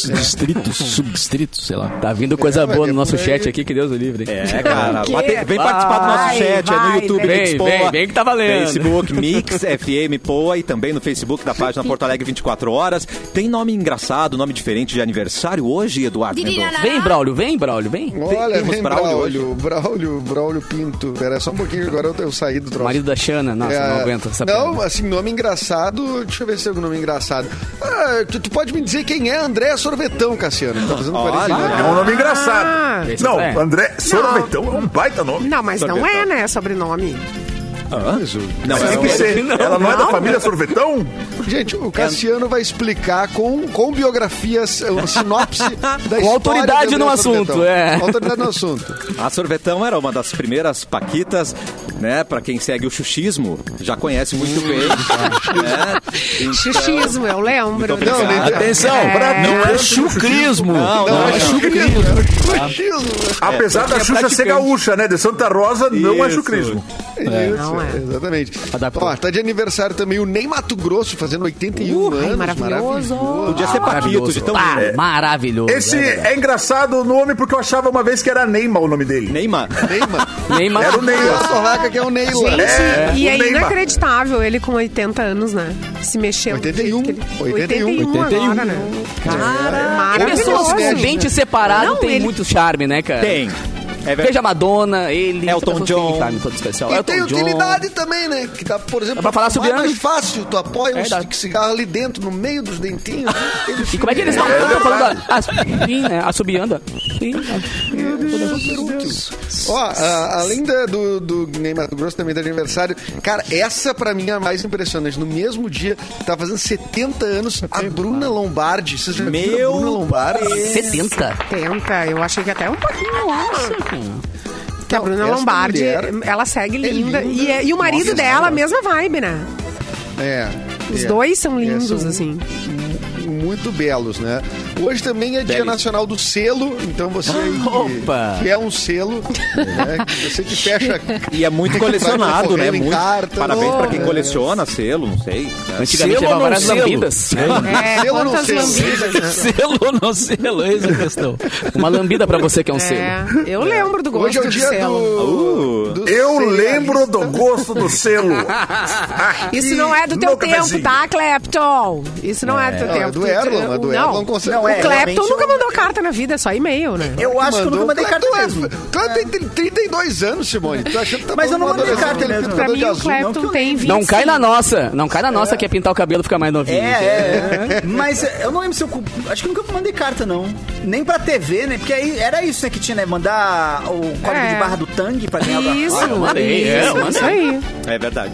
Speaker 8: distritos, subdistritos, sei lá.
Speaker 6: Tá vindo coisa boa no nosso
Speaker 4: por É, aí.
Speaker 6: chat aqui, que Deus o livre.
Speaker 1: É, cara.
Speaker 3: quê?
Speaker 1: Mas tem- Vem participar do nosso
Speaker 3: Vai,
Speaker 1: chat, é no
Speaker 3: vai,
Speaker 1: YouTube,
Speaker 6: vem.
Speaker 1: Mix
Speaker 6: Vem,
Speaker 1: Poa,
Speaker 6: vem, vem que tá valendo.
Speaker 1: Facebook Mix FM Poa e também no Facebook da página Porto Alegre 24 Horas. Tem nome engraçado, nome diferente de aniversário hoje, Eduardo Mendonça?
Speaker 6: Vem, Braulio, vem, Braulio, vem.
Speaker 4: Olha,
Speaker 1: temos
Speaker 4: vem
Speaker 1: Braulio
Speaker 4: Braulio, Braulio, Braulio Pinto. Pera, só um pouquinho, agora eu, eu saí do troço.
Speaker 6: Marido da Xana, nossa,
Speaker 4: É,
Speaker 6: não aguento essa
Speaker 4: Não,
Speaker 6: piada.
Speaker 4: assim, nome engraçado. Deixa eu ver se tem algum nome engraçado. Ah, tu, tu pode me dizer quem é André Sorvetão, Cassiano? Tá fazendo 49.
Speaker 1: Olha,
Speaker 7: É um nome engraçado.
Speaker 6: Esse
Speaker 7: Não,
Speaker 6: é.
Speaker 7: André Sorvetão é um baita nome.
Speaker 3: Não, mas não
Speaker 7: tá.
Speaker 3: é, né? Sobrenome.
Speaker 1: não,
Speaker 7: Mas tem
Speaker 1: é
Speaker 7: que ser. Ela não é da família Sorvetão?
Speaker 4: Gente,
Speaker 6: É.
Speaker 4: o Cassiano vai explicar com, com biografias, um sinopse da história.
Speaker 6: autoridade
Speaker 4: de André
Speaker 6: no
Speaker 4: Sorvetão.
Speaker 6: assunto, é.
Speaker 4: Autoridade no assunto.
Speaker 1: A Sorvetão era uma das primeiras paquitas, né? Pra quem segue o xuxismo, já conhece muito bem. né? Então-
Speaker 3: Xixismo, eu lembro.
Speaker 1: Muito
Speaker 7: Então,
Speaker 1: obrigado.
Speaker 4: Não, nem-
Speaker 8: Atenção, não é chucrismo.
Speaker 1: Não,
Speaker 8: Não,
Speaker 1: não,
Speaker 8: é chucrismo.
Speaker 4: é
Speaker 6: Tá.
Speaker 4: Machismo,
Speaker 7: Apesar da Xuxa ser gaúcha, né? De Santa Rosa, não é chucrismo.
Speaker 4: né? Isso,
Speaker 3: Não é.
Speaker 4: exatamente.
Speaker 6: Adaptou.
Speaker 4: Ó, tá de aniversário também o Ney Mato Grosso, fazendo 81
Speaker 3: Uh, ai,
Speaker 4: anos.
Speaker 3: maravilhoso.
Speaker 1: Podia ser paquito de tão
Speaker 6: Ah,
Speaker 1: lindo.
Speaker 6: maravilhoso.
Speaker 7: Esse
Speaker 6: é verdade.
Speaker 7: é engraçado o nome porque eu achava uma vez que era Neymar o nome dele.
Speaker 1: Neymar.
Speaker 4: Neymar.
Speaker 6: Neymar.
Speaker 7: Era o
Speaker 4: Eu
Speaker 7: Neymar.
Speaker 4: sou raca que é o Ney lá.
Speaker 3: Gente,
Speaker 7: É,
Speaker 3: e
Speaker 7: o
Speaker 3: é
Speaker 7: Neymar.
Speaker 3: inacreditável ele com 80 anos, né? Se mexeu.
Speaker 4: 81,
Speaker 3: 81,
Speaker 4: 81
Speaker 3: agora, né? Cara,
Speaker 6: E pessoas
Speaker 4: é
Speaker 3: maravilhoso.
Speaker 6: com dente separado
Speaker 3: Não,
Speaker 6: tem
Speaker 3: ele-
Speaker 6: muito charme, né, cara?
Speaker 1: Tem. É verdade.
Speaker 6: Veja Madonna, ele.
Speaker 1: Elton
Speaker 6: essa pessoa
Speaker 1: John.
Speaker 6: Tem time todo especial.
Speaker 4: E
Speaker 6: Elton
Speaker 4: tem
Speaker 6: John.
Speaker 4: utilidade também, né? Que tá, por exemplo,
Speaker 6: É pra falar sobre
Speaker 4: é mais
Speaker 6: anos.
Speaker 4: fácil. Tu apoia
Speaker 6: É
Speaker 4: um
Speaker 6: verdade.
Speaker 4: cigarro ali dentro, no meio dos dentinhos. né? Ele
Speaker 6: E
Speaker 4: fica- né?
Speaker 6: como é que eles estão estão falando? Ah, sim, né? Assobiando. Sim.
Speaker 4: Super útil. Ó, a- além da- do, do Guiné Mato Grosso, também tá de aniversário. Cara, essa pra mim é a mais impressionante. No mesmo dia, tá fazendo 70 anos a Bruna Lombardi. Vocês já viram
Speaker 1: Meu
Speaker 4: a Bruna Lombardi?
Speaker 6: 70.
Speaker 3: Tenta, eu achei que até um pouquinho. Nossa. Que a Bruna
Speaker 4: essa
Speaker 3: Lombardi,
Speaker 4: mulher
Speaker 3: ela segue linda.
Speaker 4: linda.
Speaker 3: E, é- e o marido
Speaker 4: Nossa
Speaker 3: dela,
Speaker 4: Senhora.
Speaker 3: a mesma vibe, né?
Speaker 4: É.
Speaker 3: Os
Speaker 4: é.
Speaker 3: dois são lindos,
Speaker 4: são-
Speaker 3: assim.
Speaker 4: Muito belos, né? Hoje também é Dia Nacional do Selo, então você aí
Speaker 6: Opa!
Speaker 4: que, que é um selo, né? que você que fecha
Speaker 1: E é muito
Speaker 4: Que vai
Speaker 1: colecionado, né?
Speaker 4: correndo em
Speaker 1: Muito...
Speaker 4: carta, né?
Speaker 1: Parabéns pra quem
Speaker 4: não.
Speaker 1: coleciona selo, não sei.
Speaker 6: Antigamente
Speaker 8: Selo
Speaker 6: levava
Speaker 8: ou
Speaker 6: várias
Speaker 8: não selo?
Speaker 6: lambidas.
Speaker 3: É,
Speaker 4: selo no
Speaker 3: quantas
Speaker 4: selo.
Speaker 3: lambidas.
Speaker 8: Selo ou não selo? Eis a questão.
Speaker 6: Uma lambida pra você que é um
Speaker 3: É,
Speaker 6: selo.
Speaker 3: eu lembro do gosto
Speaker 4: Hoje é o
Speaker 3: de
Speaker 4: dia
Speaker 3: selo.
Speaker 4: do, do
Speaker 7: Eu
Speaker 4: cerealista.
Speaker 7: lembro do gosto do selo.
Speaker 3: Isso não é do
Speaker 7: no
Speaker 3: teu tempo,
Speaker 7: cafezinho.
Speaker 3: tá, Clapton? Isso não é, do teu
Speaker 4: Não,
Speaker 3: tempo.
Speaker 4: é do
Speaker 3: Tu-
Speaker 4: Erlon,
Speaker 3: tu-
Speaker 4: é do
Speaker 3: não.
Speaker 4: Erlon consegue.
Speaker 5: Não, é,
Speaker 3: O Clapton
Speaker 5: realmente
Speaker 3: nunca
Speaker 5: eu-
Speaker 3: mandou carta na vida, é só e-mail, né?
Speaker 5: Eu acho que eu nunca mandei
Speaker 4: Claro,
Speaker 5: carta
Speaker 4: tu é-
Speaker 5: mesmo. É.
Speaker 4: Claro, tem tri- 32 anos, Simone. Tu achando que tá
Speaker 5: Mas eu
Speaker 4: todo
Speaker 5: não
Speaker 4: mundo
Speaker 5: mandei carta,
Speaker 4: adolescente,
Speaker 5: ele
Speaker 4: pinta
Speaker 5: mesmo.
Speaker 3: Pra mim,
Speaker 4: cabelo de
Speaker 3: o
Speaker 4: azul.
Speaker 3: Clapton tem 20.
Speaker 6: Não cai na nossa. Não cai na nossa que é pintar o cabelo e ficar mais novinho.
Speaker 5: É, é, é. Mas é, eu não lembro se eu. cu- Acho que eu nunca mandei carta, não. Nem pra TV, né? Porque aí era isso né, que tinha, né? Mandar o código
Speaker 3: É.
Speaker 5: de barra do Tang pra ganhar
Speaker 3: Isso,
Speaker 5: Ah, eu
Speaker 6: mandei,
Speaker 3: isso,
Speaker 6: é, eu
Speaker 3: isso aí.
Speaker 1: É verdade.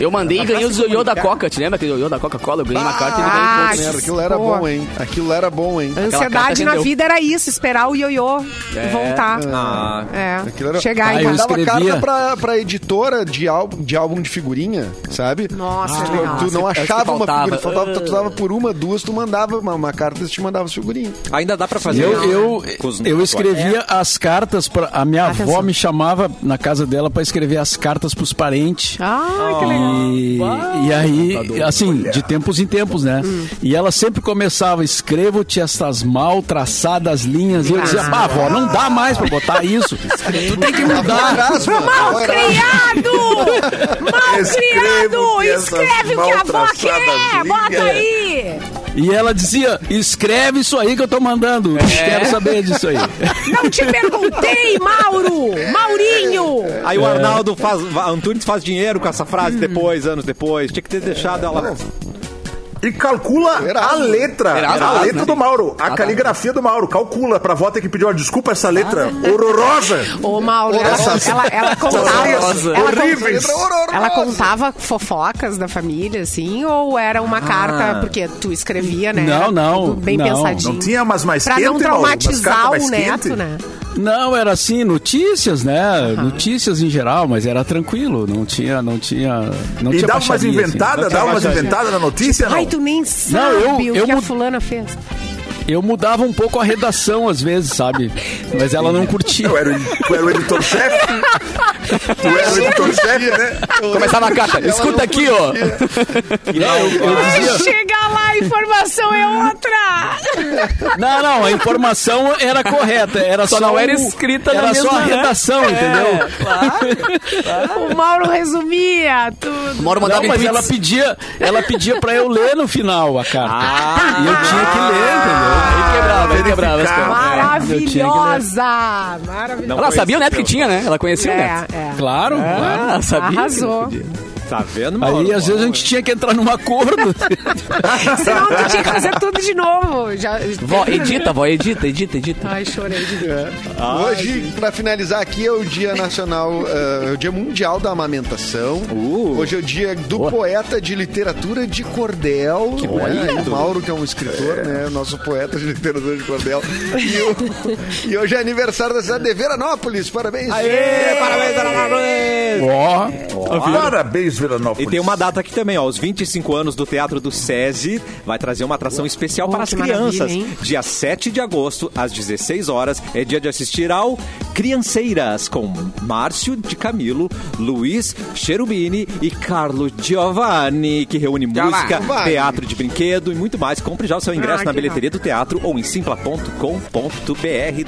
Speaker 6: Eu mandei e ganhei os ioiô da Coca. Te lembra aquele ioiô da Coca-Cola? Eu ganhei uma carta e ele ganhou um
Speaker 3: Ah,
Speaker 6: todos.
Speaker 4: Era, né? Aquilo era
Speaker 3: Pô.
Speaker 4: bom, hein? Aquilo era bom, hein?
Speaker 3: Ansiedade
Speaker 6: carta
Speaker 3: na
Speaker 6: rendeu. É.
Speaker 3: vida era isso, esperar o ioiô voltar.
Speaker 1: Ah,
Speaker 4: Aquilo
Speaker 3: É.
Speaker 4: era-
Speaker 3: Chegar
Speaker 8: Ah,
Speaker 3: em
Speaker 8: eu
Speaker 3: casa.
Speaker 4: Mandava
Speaker 8: escrevia.
Speaker 4: carta pra, pra editora de álbum, de álbum de figurinha, sabe?
Speaker 3: Nossa,
Speaker 4: Ah, tu,
Speaker 3: legal.
Speaker 4: tu não
Speaker 6: Essa É que
Speaker 4: achava uma
Speaker 6: faltava. Ah.
Speaker 4: figurinha, faltava, tu dava por uma, duas, tu mandava uma, uma carta e te mandava as figurinhas.
Speaker 1: Ainda dá pra fazer.
Speaker 8: Eu,
Speaker 1: isso
Speaker 8: eu,
Speaker 1: com os-
Speaker 8: eu escrevia as cartas para A minha avó me chamava na casa dela para escrever as cartas pros parentes.
Speaker 3: Ah, que legal.
Speaker 8: E, e aí, assim, de tempos em tempos, né? E ela sempre começava, escrevo-te estas mal traçadas linhas. E eu dizia, bah, vó, não dá mais pra botar isso. tu tem que mudar.
Speaker 3: Mal criado! Mal criado!
Speaker 7: Escrevo que essas
Speaker 3: Escreve o que a avó quer!
Speaker 7: maltraçadas
Speaker 3: Bota
Speaker 7: lindas.
Speaker 3: aí!
Speaker 8: E ela dizia, escreve isso aí que eu tô mandando. Quero saber disso aí.
Speaker 3: Não te perguntei, Mauro! Maurinho!
Speaker 1: Aí
Speaker 8: É.
Speaker 1: o Arnaldo faz. Antunes faz dinheiro com essa frase depois, anos depois. Tinha que ter deixado ela.
Speaker 7: E calcula a letra.
Speaker 6: Erasmo,
Speaker 7: a
Speaker 6: Erasmo,
Speaker 7: letra
Speaker 6: né?
Speaker 7: do Mauro. A caligrafia do Mauro. Calcula pra vó ter que pedir uma desculpa essa letra
Speaker 3: Ah.
Speaker 7: horrorosa.
Speaker 3: Ô, Mauro, ela,
Speaker 4: Essas-
Speaker 3: ela, ela contava.
Speaker 6: Horrorosa.
Speaker 3: Ela,
Speaker 7: Horríveis.
Speaker 3: ela contava fofocas da família, assim? Ou era uma carta, porque tu escrevia, né?
Speaker 8: Não,
Speaker 3: Era
Speaker 8: não,
Speaker 3: tudo Bem
Speaker 8: não.
Speaker 3: pensadinho.
Speaker 7: Não tinha umas mais
Speaker 3: Pra
Speaker 7: quentes,
Speaker 3: não
Speaker 7: Mauro? Umas
Speaker 3: traumatizar
Speaker 7: cartas mais
Speaker 3: o neto,
Speaker 7: quentes?
Speaker 3: né?
Speaker 8: Não, era assim, notícias, né? Notícias em geral, mas era tranquilo, não tinha, não tinha, não
Speaker 7: E
Speaker 8: tinha
Speaker 7: dava umas
Speaker 8: baixaria, assim.
Speaker 7: inventadas, dava umas inventadas na notícia, não?
Speaker 3: Ai, tu nem sabe
Speaker 8: eu-
Speaker 3: o
Speaker 8: eu
Speaker 3: que a
Speaker 8: mud-
Speaker 3: fulana fez.
Speaker 8: Eu mudava um pouco a redação às vezes, sabe? Mas ela não curtia.
Speaker 7: Eu era, o- eu era o editor-chefe. Tu era o editor-chefe, né?
Speaker 6: Começava a carta. Tá Escuta aqui, ó.
Speaker 3: Ai, chega lá, a informação é outra!
Speaker 8: Não, não, a informação era correta, era só,
Speaker 6: Só não era
Speaker 8: o-
Speaker 6: escrita na
Speaker 8: era só
Speaker 6: mesma,
Speaker 8: a
Speaker 6: né?
Speaker 8: redação, entendeu?
Speaker 3: O Mauro resumia tudo.
Speaker 6: Mauro
Speaker 8: Não,
Speaker 6: mandava em
Speaker 8: mas ela
Speaker 6: tweets.
Speaker 8: pedia, ela pedia para eu ler no final a carta.
Speaker 6: Ah.
Speaker 8: e eu tinha que ler, entendeu?
Speaker 6: Aí quebrava, aí quebrava. as coisas.
Speaker 8: Ah, é.
Speaker 3: Maravilhosa! Maravilhosa!
Speaker 6: Ela sabia o neto que tinha, né? Ela conhecia o neto.
Speaker 3: É, é.
Speaker 8: Claro, claro.
Speaker 6: Ah, sabia. que
Speaker 3: Arrasou.
Speaker 6: podia.
Speaker 1: Tá vendo, mano?
Speaker 8: Aí às vezes a gente tinha que entrar num acordo.
Speaker 3: Senão tu tinha que fazer tudo de novo. Já...
Speaker 6: Vó, edita, vó, edita, edita, edita.
Speaker 3: Ai, chorei de
Speaker 4: Hoje, pra finalizar aqui, é o Dia Nacional, eh, é o Dia Mundial da Amamentação.
Speaker 1: Uh.
Speaker 4: Hoje é o dia do poeta de literatura de cordel. Que O Mauro, que é um escritor, né? Nosso poeta de literatura de cordel. E, o- e hoje é aniversário da cidade de Veranópolis. Parabéns.
Speaker 1: Ê, parabéns, parabéns!
Speaker 8: Ó,
Speaker 7: Parabéns,
Speaker 1: E
Speaker 7: Veranópolis.
Speaker 1: tem uma data aqui também, ó. Os 25 anos do Teatro do SESI vai trazer uma atração especial para as
Speaker 3: que maravilha,
Speaker 1: crianças.
Speaker 3: hein?
Speaker 1: Dia 7 de agosto, às 16 horas, é dia de assistir ao Crianceiras, com Márcio de Camilo, Luiz Cherubini e Carlo Giovanni, que reúne música,
Speaker 4: Giovanni.
Speaker 1: teatro de brinquedo e muito mais. Compre já o seu ingresso
Speaker 3: Ah,
Speaker 1: na
Speaker 3: que
Speaker 1: bilheteria do teatro ou em simpla.com.br.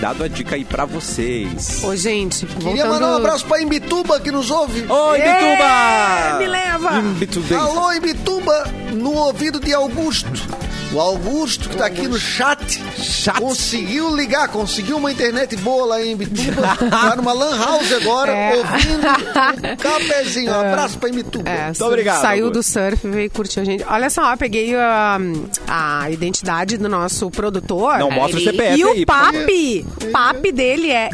Speaker 1: Dado a dica aí pra vocês.
Speaker 3: Ô, gente, voltando...
Speaker 4: Queria mandar um abraço pra Imbituba, que nos ouve.
Speaker 1: Oi,
Speaker 3: Ê,
Speaker 1: Bituba!
Speaker 3: Ah, me leva!
Speaker 1: Imbitubense.
Speaker 4: Alô, Imbituba, no ouvido de Augusto. O Augusto, que tá aqui no chat, conseguiu ligar, conseguiu uma internet boa lá em Bituba. tá numa lan house agora,
Speaker 3: É.
Speaker 4: ouvindo o cafezinho. Um abraço pra Imbituba.
Speaker 3: É, su-
Speaker 1: obrigado,
Speaker 3: Saiu
Speaker 1: Augusto.
Speaker 3: do surf e veio curtir a gente. Olha só, eu peguei a, a identidade do nosso produtor.
Speaker 1: Não mostra o CPF aí,
Speaker 3: E o
Speaker 1: por favor.
Speaker 3: papi, o papi dele é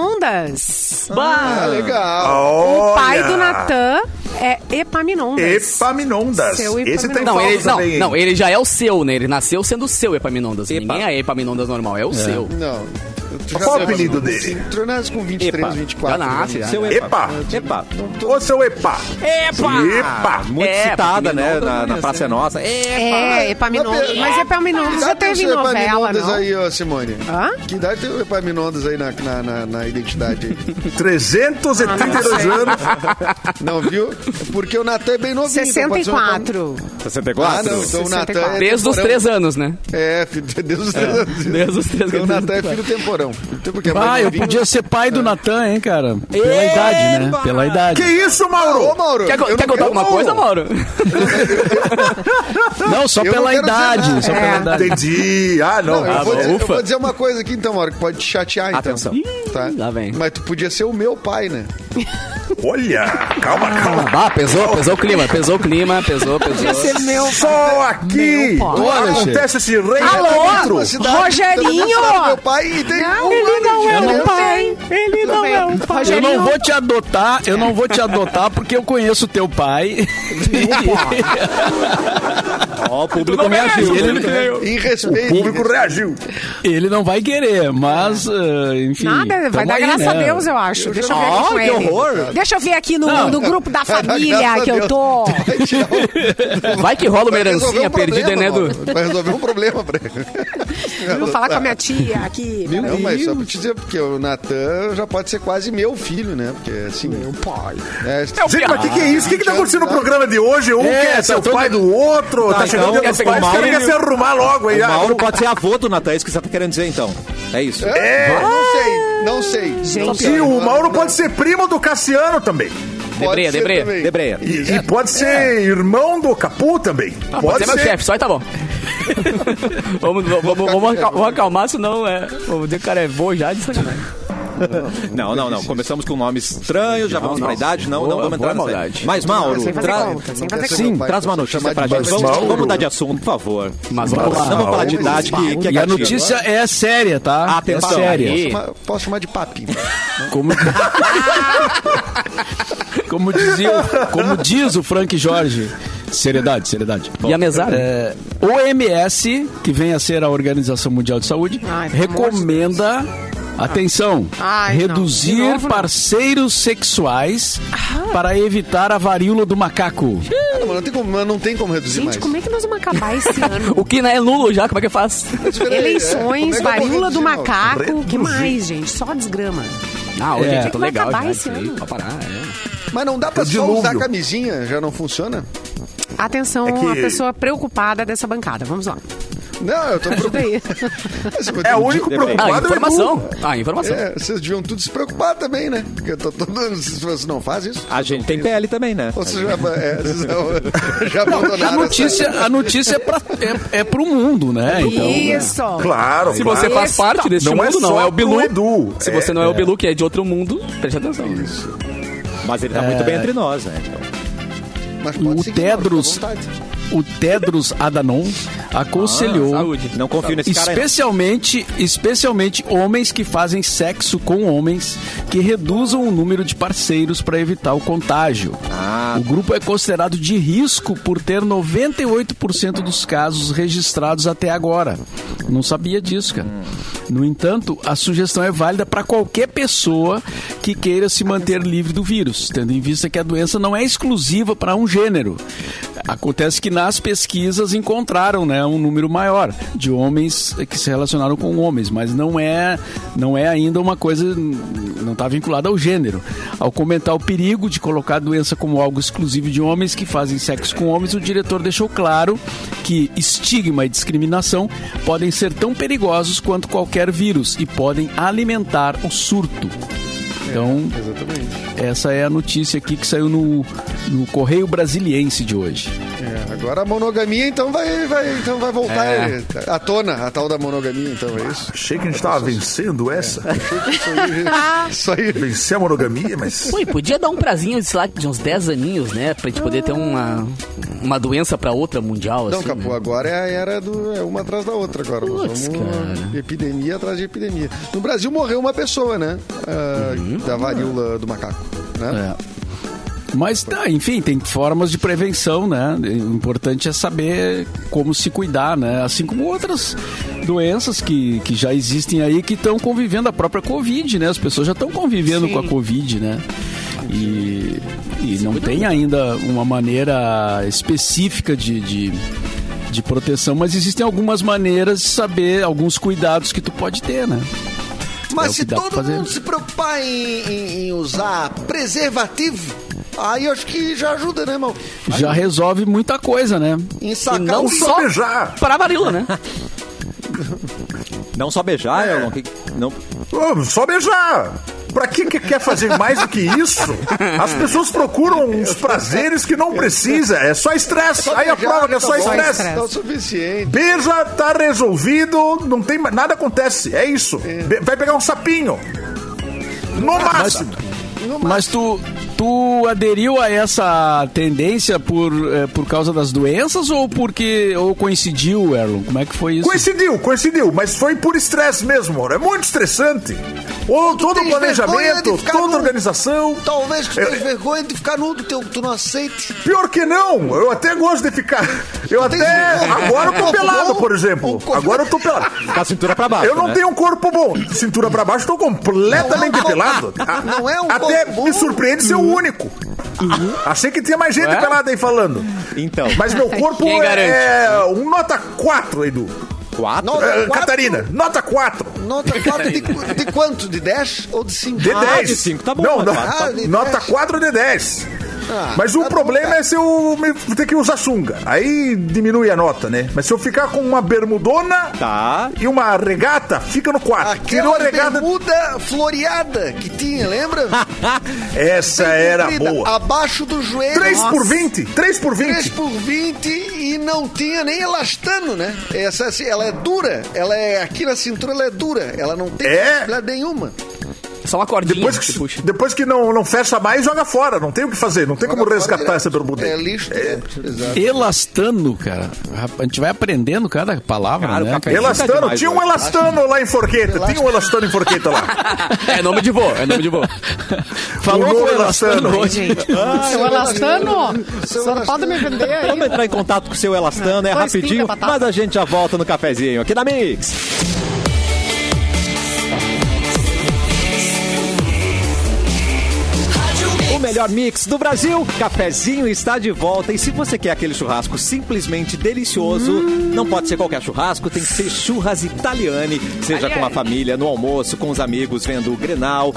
Speaker 3: Epaminondas.
Speaker 4: Ah, legal.
Speaker 7: Olha!
Speaker 3: O pai do Natan é Epaminondas.
Speaker 7: Epaminondas.
Speaker 3: Seu
Speaker 7: Esse tá em
Speaker 3: Epaminondas.
Speaker 6: Não
Speaker 7: falta
Speaker 6: ele, não,
Speaker 7: também, hein?
Speaker 6: não, ele já é o seu, né? Ele nasceu sendo o seu Epaminondas. Ninguém é Epaminondas normal, é o seu.
Speaker 4: Não. tu já
Speaker 7: Qual o
Speaker 4: sabe,
Speaker 7: apelido
Speaker 4: não.
Speaker 7: dele?
Speaker 4: Se tu nasce com 23,
Speaker 1: Epa.
Speaker 4: 24.
Speaker 6: Já nasce,
Speaker 4: né?
Speaker 6: já.
Speaker 1: Seu
Speaker 7: Epa.
Speaker 1: Epa.
Speaker 7: Ô, seu Epa. Epa.
Speaker 1: Muito
Speaker 6: É,
Speaker 1: citada,
Speaker 6: porque
Speaker 1: né?
Speaker 6: Minondas
Speaker 1: Na,
Speaker 6: não
Speaker 1: na
Speaker 6: ia
Speaker 1: Praça é Nossa. É.
Speaker 3: É, Epaminondas.
Speaker 4: Mas-
Speaker 3: Mas Epaminondas já
Speaker 4: idade tem
Speaker 3: teve
Speaker 4: o seu
Speaker 3: novela,
Speaker 4: Epaminondas
Speaker 3: não?
Speaker 4: aí, ó, Simone?
Speaker 3: Hã?
Speaker 4: Que idade tem o Epaminondas aí na, na, na, na identidade? aí?
Speaker 7: 332
Speaker 3: Ah,
Speaker 7: anos.
Speaker 3: tá
Speaker 4: não, viu? Porque o Natan é bem novinho. então pode ser um Epamin-
Speaker 3: 64.
Speaker 1: 64?
Speaker 4: Ah, não, então o
Speaker 3: 64.
Speaker 4: Natan é
Speaker 6: Desde os
Speaker 4: temporão.
Speaker 6: três anos, né?
Speaker 4: É, filho, desde os três anos.
Speaker 6: Desde os três
Speaker 4: Então o
Speaker 6: anos.
Speaker 4: Natan é filho temporão. Então, porque é mais
Speaker 8: Ah, eu
Speaker 4: novinho.
Speaker 8: podia ser pai
Speaker 6: É.
Speaker 8: do Natan, hein, cara? Pela idade, né? Pela idade.
Speaker 7: Que isso,
Speaker 4: Ô,
Speaker 7: Mauro?
Speaker 4: Mauro!
Speaker 6: Quer,
Speaker 4: eu
Speaker 6: quer
Speaker 4: não
Speaker 6: contar
Speaker 4: quero-
Speaker 6: alguma coisa, Mauro?
Speaker 8: Não, só
Speaker 4: Eu não
Speaker 8: pela
Speaker 4: quero dizer nada.
Speaker 8: idade. Só pela
Speaker 3: É.
Speaker 8: idade.
Speaker 7: Entendi. Ah, não.
Speaker 4: Não, eu,
Speaker 6: Ah,
Speaker 4: vou
Speaker 6: bom,
Speaker 4: dizer, eu
Speaker 6: ufa.
Speaker 4: vou dizer uma coisa aqui, então, Mauro, que pode te chatear, então.
Speaker 1: Atenção.
Speaker 4: Tá?
Speaker 6: lá vem.
Speaker 4: Mas tu podia ser o meu pai, né?
Speaker 7: Olha. Calma, calma.
Speaker 6: Ah, pesou, pesou o clima, pesou o clima, pesou, pesou.
Speaker 7: Só aqui acontece esse rei
Speaker 3: Alô,
Speaker 4: É, Uma cidade, também
Speaker 3: Rogerinho!
Speaker 4: é cidade do Meu pai e tem um ano de
Speaker 3: é
Speaker 4: diferença.
Speaker 3: Ele não é um pai.
Speaker 8: Eu
Speaker 3: Rogerinho,
Speaker 8: não vou te adotar, eu não vou te adotar porque eu conheço teu pai.
Speaker 1: Ó, o público
Speaker 6: Não merece,
Speaker 1: reagiu.
Speaker 6: ele não ganhou.
Speaker 4: Em
Speaker 7: O
Speaker 4: respeito.
Speaker 7: público reagiu.
Speaker 8: Ele não vai querer, mas, ah, enfim.
Speaker 3: Nada, vai
Speaker 8: tamo
Speaker 3: dar
Speaker 8: aí,
Speaker 3: graça
Speaker 8: né?
Speaker 3: a Deus, eu acho. Deixa eu ver aqui
Speaker 1: Ó,
Speaker 3: com
Speaker 1: que
Speaker 3: ele.
Speaker 1: horror.
Speaker 3: Deixa eu ver aqui no, no grupo da
Speaker 4: Vai dar graça
Speaker 3: família
Speaker 4: a
Speaker 3: que eu
Speaker 4: Deus.
Speaker 3: tô.
Speaker 4: Vai tirar o-
Speaker 6: Vai que rola uma
Speaker 4: vai resolver
Speaker 6: herancinha
Speaker 4: um
Speaker 6: perdida,
Speaker 4: problema,
Speaker 6: né, do...
Speaker 4: Mauro. Vai resolver um problema pra ele.
Speaker 3: Eu Vou falar com a minha tia aqui.
Speaker 4: Não, é mas só pra te dizer, porque o Natan já pode ser quase meu filho, né? Porque assim. né, Meu pai.
Speaker 7: Gente, mas o que, que é isso? O que, que tá acontecendo no programa de hoje? Um
Speaker 8: É,
Speaker 7: quer
Speaker 8: tá
Speaker 7: ser o
Speaker 8: todo-
Speaker 7: pai do outro, tá,
Speaker 1: Tá,
Speaker 7: chegando
Speaker 1: então,
Speaker 7: dia dos
Speaker 1: quer pegar
Speaker 7: pais, o cara
Speaker 1: o
Speaker 7: quer
Speaker 1: Mauro.
Speaker 7: se arrumar logo aí.
Speaker 1: O
Speaker 7: Ah,
Speaker 1: Mauro
Speaker 7: vamos-
Speaker 1: pode ser avô do Natan, é isso que você tá querendo dizer, então. É isso.
Speaker 7: É.
Speaker 4: Não sei, não sei.
Speaker 3: Gente,
Speaker 4: Não sei.
Speaker 7: E o Mauro pode ser primo do Cassiano também.
Speaker 4: Pode
Speaker 6: Debreia,
Speaker 4: ser
Speaker 6: Debreia.
Speaker 4: também.
Speaker 1: É, Debreia.
Speaker 7: E, e pode ser irmão do Capu também.
Speaker 6: É. Ah, pode, ser, meu chefe, só aí tá bom. vamos, vamos, vamos,
Speaker 4: com o
Speaker 6: acal-
Speaker 4: chefe.
Speaker 6: vamos acalmar, senão é. Vamos dizer que o cara é vô já de sacanagem.
Speaker 1: Não, não, não. Começamos com nomes estranhos, já vamos pra idade. Não, não
Speaker 6: Boa,
Speaker 1: vamos entrar
Speaker 6: boa
Speaker 1: nessa. aí.
Speaker 6: maldade.
Speaker 1: Mas, Mauro,
Speaker 3: Sem fazer
Speaker 1: tra-
Speaker 3: conta, sem fazer
Speaker 1: Sim,
Speaker 4: conta.
Speaker 1: traz uma
Speaker 4: Vai
Speaker 1: notícia
Speaker 4: chamar
Speaker 1: pra
Speaker 4: de
Speaker 1: gente.
Speaker 4: Mauro.
Speaker 1: Vamos, vamos mudar de assunto, por favor.
Speaker 6: Mas vamos
Speaker 1: Não
Speaker 6: lá.
Speaker 1: vamos falar de
Speaker 4: Mauro.
Speaker 1: idade, que, que é
Speaker 8: E a
Speaker 1: gatilho.
Speaker 8: notícia é séria, tá?
Speaker 1: Atenção.
Speaker 8: É séria.
Speaker 6: Aí.
Speaker 4: Chama- Posso chamar de papi.
Speaker 8: Como... como, dizia, o- como diz o Frank Jorge. Seriedade, seriedade.
Speaker 6: E a mesada?
Speaker 8: É, OMS, que vem a ser a Organização Mundial de Saúde,
Speaker 3: Ai, pelo amor de
Speaker 8: recomenda. Atenção,
Speaker 3: Ai, não.
Speaker 8: reduzir
Speaker 3: De novo, não. Ah.
Speaker 8: parceiros sexuais para evitar a varíola do macaco.
Speaker 4: Ah, não, mas não tem como, mas não tem como reduzir mais.
Speaker 3: Gente, como é que nós vamos acabar esse ano?
Speaker 6: O que né, é nulo já, como é que eu faço?
Speaker 4: Como é
Speaker 3: Eleições,
Speaker 4: que eu vou
Speaker 3: varíola do
Speaker 4: reduzir, Mauro?
Speaker 3: macaco. O que mais, gente? Só desgrama.
Speaker 6: Ah,
Speaker 8: hoje
Speaker 6: hoje
Speaker 8: eu
Speaker 6: é,
Speaker 8: já
Speaker 6: é
Speaker 8: tô
Speaker 6: tudo
Speaker 3: Vai
Speaker 6: legal.
Speaker 3: acabar
Speaker 6: Já,
Speaker 3: esse
Speaker 6: isso aí,
Speaker 3: ano.
Speaker 6: pra parar, é.
Speaker 4: Mas não dá pra só
Speaker 7: dilúvio.
Speaker 4: usar camisinha, já não funciona?
Speaker 3: Atenção,
Speaker 7: É que-
Speaker 3: a pessoa preocupada dessa bancada. Vamos lá.
Speaker 4: Não, eu tô
Speaker 3: Ajuda
Speaker 4: preocupado.
Speaker 3: aí.
Speaker 7: É o único
Speaker 1: Depende.
Speaker 6: Ah,
Speaker 7: preocupado. é o Edu.
Speaker 6: informação. Ah, informação.
Speaker 4: É, vocês deviam tudo se preocupar também, né? Porque eu tô todo. Vocês não fazem isso?
Speaker 1: A gente tem PL também, né?
Speaker 4: Ou vocês já, é, vocês não- já
Speaker 8: A
Speaker 4: abandonaram
Speaker 8: notícia, a notícia é, pra, é, é pro mundo, né? Então,
Speaker 3: Isso.
Speaker 7: Claro,
Speaker 6: Se
Speaker 7: claro.
Speaker 6: você faz parte desse
Speaker 7: Não é
Speaker 6: mundo, não
Speaker 7: só
Speaker 6: é o Bilu.
Speaker 7: do Edu.
Speaker 6: Se
Speaker 7: É,
Speaker 6: você não é, o Bilu, que é de outro mundo, preste atenção.
Speaker 1: Mas ele tá muito bem entre nós, né?
Speaker 4: essa- Mas
Speaker 8: O Tedros-
Speaker 4: fica à vontade.
Speaker 8: o Tedros Adhanom aconselhou
Speaker 6: Saúde.
Speaker 1: Não confio nesse cara. né? ainda.
Speaker 8: Especialmente, especialmente homens que fazem sexo com homens que reduzam o número de parceiros para evitar o contágio. O grupo é considerado de risco por ter 98% dos casos registrados até agora. Não sabia disso, cara. No entanto, a sugestão é válida para qualquer pessoa que queira se manter livre do vírus, tendo em vista que a doença não é exclusiva para um gênero. Acontece que nas pesquisas encontraram né, um número maior de homens que se relacionaram com homens, mas não é, não é ainda uma coisa, não está vinculada ao gênero. Ao comentar o perigo de colocar a doença como algo exclusivo de homens que fazem sexo com homens, o diretor deixou claro que estigma e discriminação podem ser tão perigosos quanto qualquer vírus e podem alimentar o surto. Então,
Speaker 4: Exatamente.
Speaker 8: essa é a notícia aqui que saiu no, no Correio Brasiliense de hoje.
Speaker 4: É, É, agora a monogamia então vai, vai, então vai voltar
Speaker 2: É.
Speaker 4: à tona, a tal da monogamia, então é isso.
Speaker 7: Achei que a gente tava vencendo essa.
Speaker 4: Isso aí, isso aí
Speaker 7: Vencer a monogamia, mas.
Speaker 6: Pô, e podia dar um prazinho sei lá, de uns 10 aninhos, né? Pra gente poder ter uma, uma doença pra outra mundial,
Speaker 4: Não,
Speaker 6: assim.
Speaker 4: Capu,
Speaker 6: né?
Speaker 4: agora é a era do. É uma atrás da outra agora. Nós
Speaker 6: Putz,
Speaker 4: vamos-
Speaker 6: cara.
Speaker 4: Epidemia atrás de epidemia. No Brasil morreu uma pessoa, né? Ah, Da varíola do macaco. Né?
Speaker 8: É. Mas, tá, enfim, tem formas de prevenção, né? O importante é saber como se cuidar, né? Assim como outras doenças que, que já existem aí que estão convivendo, a própria Covid, né? As pessoas já estão convivendo com a Covid, né? E, e não tem ainda uma maneira específica de. de de proteção, mas existem algumas maneiras de saber alguns cuidados que tu pode ter, né?
Speaker 4: Mas
Speaker 8: É o que
Speaker 4: se
Speaker 8: dá pra
Speaker 4: todo
Speaker 8: fazer.
Speaker 4: mundo se preocupar em, em- em usar preservativo, aí eu acho que já ajuda, né, irmão?
Speaker 8: Já resolve muita coisa, né?
Speaker 4: Em sacar
Speaker 6: E não
Speaker 4: o-
Speaker 6: um só
Speaker 7: Então, Beijar!
Speaker 6: pra varíola, né?
Speaker 1: Não só beijar,
Speaker 7: É.
Speaker 1: Elon. que- não,
Speaker 7: Ô, só beijar! Pra que, que quer fazer mais do que isso? As pessoas procuram uns prazeres que não precisa. É só estresse. Aí a
Speaker 4: beijar,
Speaker 7: prova que
Speaker 4: tá
Speaker 7: é só
Speaker 4: bom.
Speaker 7: estresse.
Speaker 4: Tá o suficiente.
Speaker 7: Beija, tá resolvido, não tem mais- nada acontece. É isso. Be- vai pegar um sapinho.
Speaker 4: Ah,
Speaker 7: No máximo.
Speaker 8: Mas tu, tu aderiu a essa tendência por, eh, por causa das doenças ou porque ou coincidiu, Erlon? Como é que foi isso?
Speaker 7: Coincidiu, coincidiu, mas foi por estresse mesmo. É muito estressante. Ou todo o
Speaker 4: tens vergonha de
Speaker 7: planejamento,
Speaker 4: ficar
Speaker 7: toda
Speaker 4: nu.
Speaker 7: a organização.
Speaker 4: Talvez tu tenha
Speaker 7: Eu-
Speaker 4: vergonha de ficar nudo, teu- tu não aceite.
Speaker 7: Pior que não, eu até gosto de ficar. Eu até.
Speaker 4: tens um corpo
Speaker 7: Agora eu tô
Speaker 4: bom,
Speaker 7: pelado, por
Speaker 4: um
Speaker 7: exemplo.
Speaker 4: corpo-
Speaker 7: Agora eu tô pelado.
Speaker 1: com a cintura pra baixo.
Speaker 7: Eu não
Speaker 1: né?
Speaker 7: tenho um corpo bom. Cintura pra baixo, tô completamente
Speaker 4: Não é um
Speaker 7: pelado. A-
Speaker 4: não é um
Speaker 7: Até
Speaker 4: corpo
Speaker 7: me
Speaker 4: bom. Uhum. é?
Speaker 7: surpreende ser o único. Achei que tinha mais gente pelada aí falando.
Speaker 1: Então,
Speaker 7: Mas meu corpo
Speaker 6: Quem garante?
Speaker 7: é, um nota 4, Edu.
Speaker 1: quatro.
Speaker 4: Nota
Speaker 7: É,
Speaker 4: quatro-
Speaker 7: Catarina, nota 4.
Speaker 4: Nota 4 de, qu- de quanto? De 10 ou Ah, de 5?
Speaker 7: De 10.
Speaker 1: de cinco tá bom,
Speaker 7: Não,
Speaker 1: mas
Speaker 7: não,
Speaker 1: quatro
Speaker 4: tá bom.
Speaker 7: nota 4 de 10.
Speaker 4: Ah,
Speaker 7: Mas o
Speaker 4: tá bom,
Speaker 7: problema
Speaker 4: tá.
Speaker 7: é se eu me- ter que usar sunga. Aí diminui a nota, né? Mas se eu ficar com uma bermudona
Speaker 1: Tá.
Speaker 7: e uma regata, fica no 4. Tirou
Speaker 4: Aquela
Speaker 7: a regata.
Speaker 4: é bermuda floreada que tinha, lembra?
Speaker 7: Essa
Speaker 4: Bem
Speaker 7: era
Speaker 4: comprida,
Speaker 7: boa.
Speaker 4: Abaixo do joelho.
Speaker 7: 3 por 20? 3 por 20?
Speaker 4: 3 por 20 e não tinha nem elastano, né? Essa, assim, ela é dura, ela é aqui na cintura ela é dura, ela não tem
Speaker 7: É.
Speaker 4: possibilidade nenhuma.
Speaker 6: Só uma cordinha
Speaker 7: Depois
Speaker 6: que
Speaker 7: que,
Speaker 6: puxa.
Speaker 7: depois que não, não fecha mais, joga fora. Não tem o que fazer. Não tem
Speaker 4: Joga
Speaker 7: como
Speaker 4: fora
Speaker 7: resgatar
Speaker 4: direto.
Speaker 7: essa bermuda.
Speaker 4: É lixo. direto, Exato.
Speaker 8: Elastano, cara. A gente vai aprendendo cada palavra,
Speaker 1: Cara, o
Speaker 8: né?
Speaker 1: Capu-
Speaker 8: cara?
Speaker 7: Elastano,
Speaker 1: demais,
Speaker 7: tinha um
Speaker 1: velho.
Speaker 7: elastano lá em Forqueta. Tinha um elastano em Forqueta lá.
Speaker 6: É nome de vô, é nome de vô.
Speaker 8: Falou
Speaker 7: Pulou
Speaker 8: com Tá elastano
Speaker 7: é elastano.
Speaker 8: hoje.
Speaker 3: Gente, seu Ah, é elastano,
Speaker 4: Seu
Speaker 3: você não pode me vender
Speaker 1: Vamos
Speaker 3: aí.
Speaker 1: entrar em contato com o seu Elastano, é
Speaker 3: Dois
Speaker 1: rapidinho,
Speaker 3: pinga, batata.
Speaker 1: mas a gente já volta no cafezinho aqui da Mix. O melhor mix do Brasil, cafezinho está de volta. E se você quer aquele churrasco simplesmente delicioso,
Speaker 3: Hum.
Speaker 1: não pode ser qualquer churrasco, tem que ser churras italiane, seja com a família, no almoço, com os amigos, vendo o Grenal.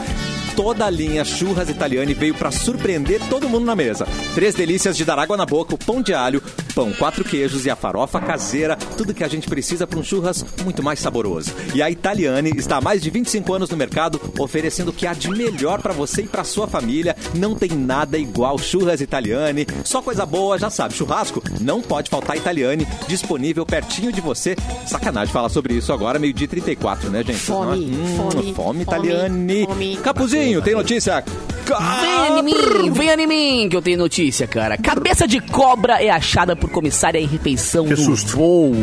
Speaker 1: Toda a linha Churras Italiane veio para surpreender todo mundo na mesa. Três delícias de dar água na boca, o pão de alho, pão quatro queijos e a farofa caseira, tudo que a gente precisa para um churras muito mais saboroso. E a Italiane está há mais de 25 anos no mercado, oferecendo o que há de melhor para você e para sua família. Não tem nada igual Churras Italiane, só coisa boa, já sabe, churrasco não pode faltar Italiane, disponível pertinho de você. Sacanagem falar sobre isso agora, meio-dia e 34, né, gente?
Speaker 3: Fome, fome,
Speaker 1: fome,
Speaker 3: fome,
Speaker 1: Italiane.
Speaker 3: fome.
Speaker 1: Capuzinho, tem notícia?
Speaker 6: Venha em mim, venha em mim, que eu tenho notícia, cara. Cabeça de cobra é achada por comissária em refeição
Speaker 7: Que
Speaker 6: no
Speaker 7: susto.
Speaker 6: voo.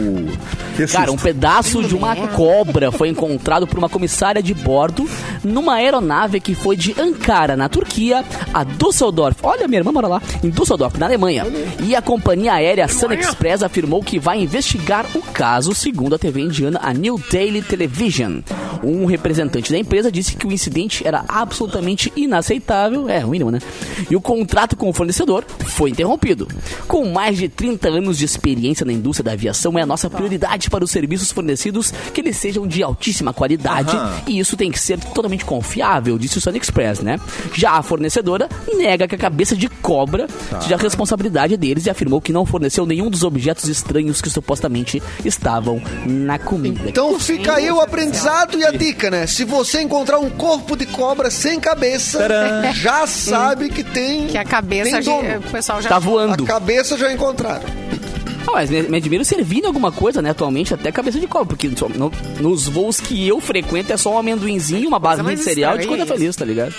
Speaker 7: Que
Speaker 6: cara,
Speaker 7: susto.
Speaker 6: um pedaço de uma cobra foi encontrado por uma comissária de bordo numa aeronave que foi de Ankara, na Turquia, a Düsseldorf. Olha, minha irmã mora lá, em Düsseldorf, na Alemanha. E a companhia aérea Sun Express afirmou que vai investigar o caso, segundo a TV indiana, a New Daily Television. Um representante da empresa disse que o incidente era absolutamente inaceitável, é o mínimo, né? E o contrato com o fornecedor foi interrompido. Com mais de 30 anos de experiência na indústria da aviação, é a nossa prioridade para os serviços fornecidos que eles sejam de altíssima qualidade e isso tem que ser totalmente confiável, disse o Sun Express, né? Já a fornecedora nega que a cabeça de cobra seja a responsabilidade deles e afirmou que não forneceu nenhum dos objetos estranhos que supostamente estavam na comida.
Speaker 7: Então,
Speaker 8: um
Speaker 4: Então fica aí o aprendizado e a a dica, né? Se você encontrar um corpo de cobra sem cabeça,
Speaker 1: Tcharam.
Speaker 4: já sabe que tem.
Speaker 3: Que a cabeça,
Speaker 4: tem
Speaker 3: a
Speaker 4: dono.
Speaker 3: gente- o pessoal já... é-
Speaker 6: Tá voando.
Speaker 4: A cabeça já encontraram.
Speaker 6: Ah, mas me, me admiro servir em alguma coisa, né? Atualmente, até cabeça de cobra. Porque só- no- nos voos que eu frequento é só um amendoinzinho, uma
Speaker 3: Coisa
Speaker 6: barrinha de
Speaker 3: mais
Speaker 6: cereal de
Speaker 3: estranha é
Speaker 6: coisa feliz, tá ligado?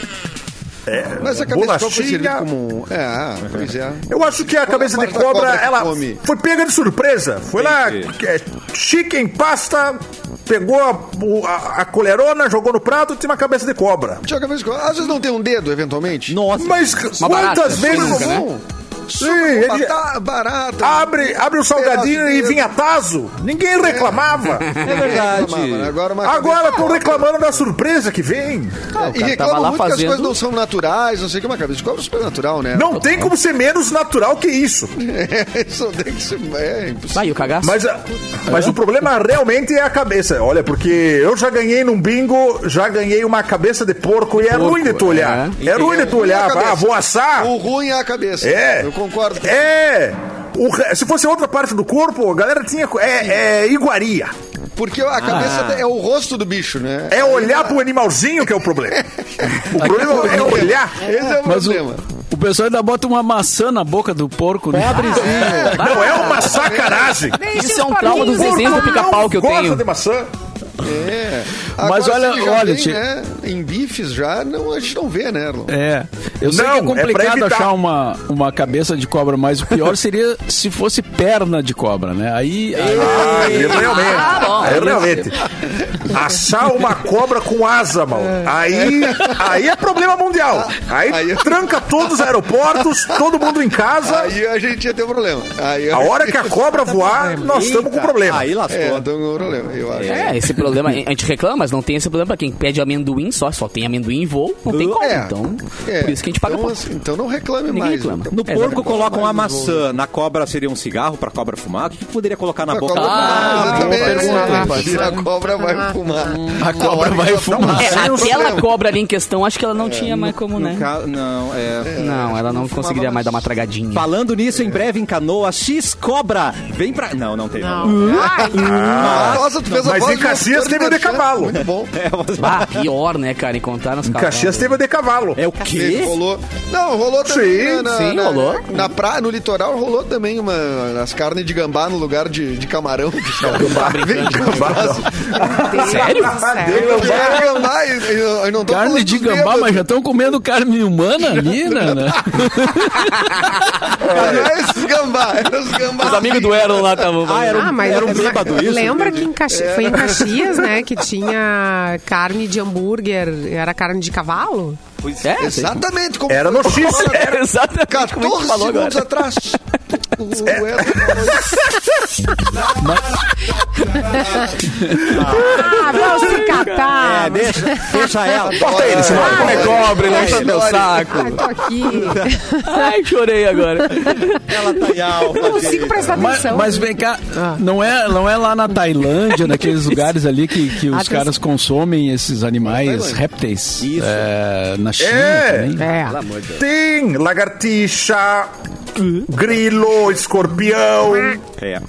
Speaker 4: Mas a cabeça de cobra foi
Speaker 7: Bolachinha.
Speaker 4: servida como. É, pois é.
Speaker 7: Eu acho que a cabeça de
Speaker 4: Mas a
Speaker 7: cobra,
Speaker 4: cobra que
Speaker 7: ela
Speaker 4: come.
Speaker 7: foi pega de surpresa. Foi lá, é, chique em pasta, pegou a, o- a, a colherona, jogou no prato e tinha uma cabeça de cobra.
Speaker 4: Tinha a cabeça de cobra. Às vezes não tem um dedo, eventualmente. um
Speaker 1: Nossa.
Speaker 7: Mas
Speaker 6: barata,
Speaker 4: assim,
Speaker 7: quantas vezes...
Speaker 6: nunca, né?
Speaker 7: Sim, ele é-
Speaker 4: Batata,
Speaker 7: Ah,
Speaker 4: barata.
Speaker 7: abre, abre o salgadinho
Speaker 4: pedaço de
Speaker 7: e
Speaker 4: dedo.
Speaker 7: vinha taso. Ninguém reclamava.
Speaker 1: É verdade.
Speaker 4: Reclamava, né? Agora, uma
Speaker 7: Agora estão reclamando da surpresa que vem.
Speaker 4: cabeça- E
Speaker 6: cara tava
Speaker 4: reclamam
Speaker 6: lá
Speaker 4: muito que as
Speaker 6: fazendo-
Speaker 4: coisas não são naturais, não sei o que. Uma cabeça de cobra é super natural, né?
Speaker 7: Não tem como ser menos natural que isso.
Speaker 4: Isso tem que ser. É impossível.
Speaker 6: Vai, o cagaço.
Speaker 7: Mas, a- mas
Speaker 4: É.
Speaker 7: o problema realmente é a cabeça. Olha, porque eu já ganhei num bingo, já ganhei uma cabeça de porco e é
Speaker 6: porco,
Speaker 7: ruim de tu olhar. É, ruim de tu olhar.
Speaker 4: Ruim a
Speaker 7: Ah, vou assar.
Speaker 4: O ruim é a cabeça.
Speaker 7: É.
Speaker 4: Eu concordo.
Speaker 7: É. O re- se fosse outra parte do corpo, a galera tinha. co- É, é iguaria.
Speaker 4: Porque a cabeça
Speaker 6: Ah.
Speaker 4: é o rosto do bicho, né?
Speaker 7: É olhar pro animalzinho que é o problema. O problema é olhar.
Speaker 4: Esse é o
Speaker 8: Mas o,
Speaker 4: problema.
Speaker 8: o pessoal ainda bota uma maçã na boca do porco, né?
Speaker 7: Não é uma sacanagem.
Speaker 3: Deixa
Speaker 6: Isso é
Speaker 3: os
Speaker 6: um trauma dos
Speaker 3: porquinhos.
Speaker 6: desenhos do pica-pau que eu
Speaker 7: Gosta
Speaker 6: tenho.
Speaker 7: de maçã.
Speaker 4: É.
Speaker 8: Mas
Speaker 4: Agora,
Speaker 8: olha-
Speaker 4: se ele já
Speaker 8: olha,
Speaker 4: vem,
Speaker 8: Tchê.
Speaker 4: né, em bifes já, não, a gente não vê, né, Erlon?
Speaker 8: É. Eu sei
Speaker 7: Não,
Speaker 8: que
Speaker 7: é
Speaker 8: é
Speaker 7: pra
Speaker 8: complicado
Speaker 7: evitar.
Speaker 8: achar uma, uma cabeça de cobra, mas o pior seria se fosse perna de cobra, né? Aí. aí-
Speaker 7: Ah, realmente. é realmente. Achar uma cobra com asa, mal. Aí, aí é problema mundial. Aí,
Speaker 4: Aí-
Speaker 7: tranca todos os aeroportos, todo mundo em casa.
Speaker 4: Aí a gente ia ter um problema. Aí
Speaker 7: a hora que a cobra voar, nós estamos com problema.
Speaker 1: Aí lascou.
Speaker 4: É, tem um problema, eu acho.
Speaker 6: É, esse problema, a gente reclama, mas não tem esse problema pra quem pede amendoim só, só tem amendoim em voo, não tem como,
Speaker 4: É.
Speaker 6: então,
Speaker 4: É.
Speaker 6: por isso que a gente paga
Speaker 4: então,
Speaker 6: pouco.
Speaker 4: assim, então não reclame mais.
Speaker 6: reclama.
Speaker 4: então.
Speaker 1: No
Speaker 6: É
Speaker 1: porco
Speaker 6: verdade.
Speaker 1: colocam a maçã, na cobra seria um cigarro pra cobra fumar? O que que poderia colocar na
Speaker 4: A
Speaker 1: boca?
Speaker 4: cobra
Speaker 1: Ah,
Speaker 4: vai
Speaker 8: boa
Speaker 4: fumar
Speaker 8: pergunta.
Speaker 4: também. Se a cobra vai fumar.
Speaker 8: A cobra vai fumar.
Speaker 6: É,
Speaker 4: Sem os
Speaker 6: aquela
Speaker 4: problemas.
Speaker 6: cobra ali em questão, acho que ela não tinha mais como, né?
Speaker 1: no ca- Não, é...
Speaker 6: Não, ela não
Speaker 4: não
Speaker 6: conseguiria
Speaker 4: fumava
Speaker 6: mais dar uma tragadinha.
Speaker 1: Falando nisso, em breve em Canoa, X Cobra, vem pra... Não, não tem. Não.
Speaker 3: Não. Ai,
Speaker 4: Nossa, tu fez a
Speaker 7: Mas
Speaker 4: voz
Speaker 7: em
Speaker 4: de um
Speaker 7: Caxias
Speaker 4: ator
Speaker 7: teve o de
Speaker 4: merchan.
Speaker 7: cavalo.
Speaker 4: Muito bom.
Speaker 6: Ah, pior, né, cara, encontrar nas
Speaker 7: Em Caxias teve o de cavalo.
Speaker 1: É o
Speaker 4: Teve,
Speaker 1: quê?
Speaker 4: Rolou. Não, rolou também.
Speaker 7: Sim,
Speaker 4: na,
Speaker 6: sim,
Speaker 4: na,
Speaker 6: rolou.
Speaker 4: Na praia, no litoral, rolou também uma, as carnes de gambá no lugar de, de camarão. Gambá,
Speaker 7: Gambá,
Speaker 6: Sério?
Speaker 3: Sério?
Speaker 4: É, gambá, e- e- eu não tô
Speaker 8: Carne
Speaker 4: falando
Speaker 8: de
Speaker 4: dos
Speaker 8: gambá,
Speaker 4: bêbados.
Speaker 8: mas já estão comendo carne humana ali, né? né?
Speaker 4: Não é esses gambá, é os gambá.
Speaker 6: Os amigos do Aaron lá estavam...
Speaker 1: Ah, era um,
Speaker 3: Ah, mas
Speaker 1: era um bêbado isso? É.
Speaker 3: lembra que em Caxi- foi em Caxias, né, que tinha carne de hambúrguer, era carne de cavalo?
Speaker 6: É,
Speaker 4: Exatamente, como
Speaker 7: Era no X.
Speaker 6: era exatamente como a
Speaker 4: 14
Speaker 6: gente falou
Speaker 4: segundos
Speaker 6: agora.
Speaker 4: atrás.
Speaker 7: É.
Speaker 4: O, o Erlon falou isso.
Speaker 3: Ah, vão se
Speaker 1: É,
Speaker 3: catar!
Speaker 1: deixa, deixa ela.
Speaker 7: Bota ele, senão
Speaker 4: Ai,
Speaker 7: como é
Speaker 6: Cobre,
Speaker 1: né?
Speaker 4: ai,
Speaker 6: enche
Speaker 1: tá
Speaker 6: meu
Speaker 4: Lore.
Speaker 6: saco.
Speaker 3: Ai, tô aqui.
Speaker 6: Ai, chorei agora.
Speaker 1: Ela tá em alta,
Speaker 3: Não consigo
Speaker 1: gente.
Speaker 3: prestar
Speaker 8: Mas,
Speaker 3: atenção.
Speaker 8: mas vem cá,
Speaker 4: Ah.
Speaker 8: não é, não é lá na Tailândia, naqueles lugares ali que, que
Speaker 4: Ah,
Speaker 8: os
Speaker 3: Atenção.
Speaker 8: caras consomem esses animais
Speaker 4: Tailândia.
Speaker 8: répteis?
Speaker 1: Isso.
Speaker 8: É, na China
Speaker 7: É.
Speaker 8: também?
Speaker 3: É.
Speaker 7: Tem lagartixa, grilo, escorpião.
Speaker 1: É.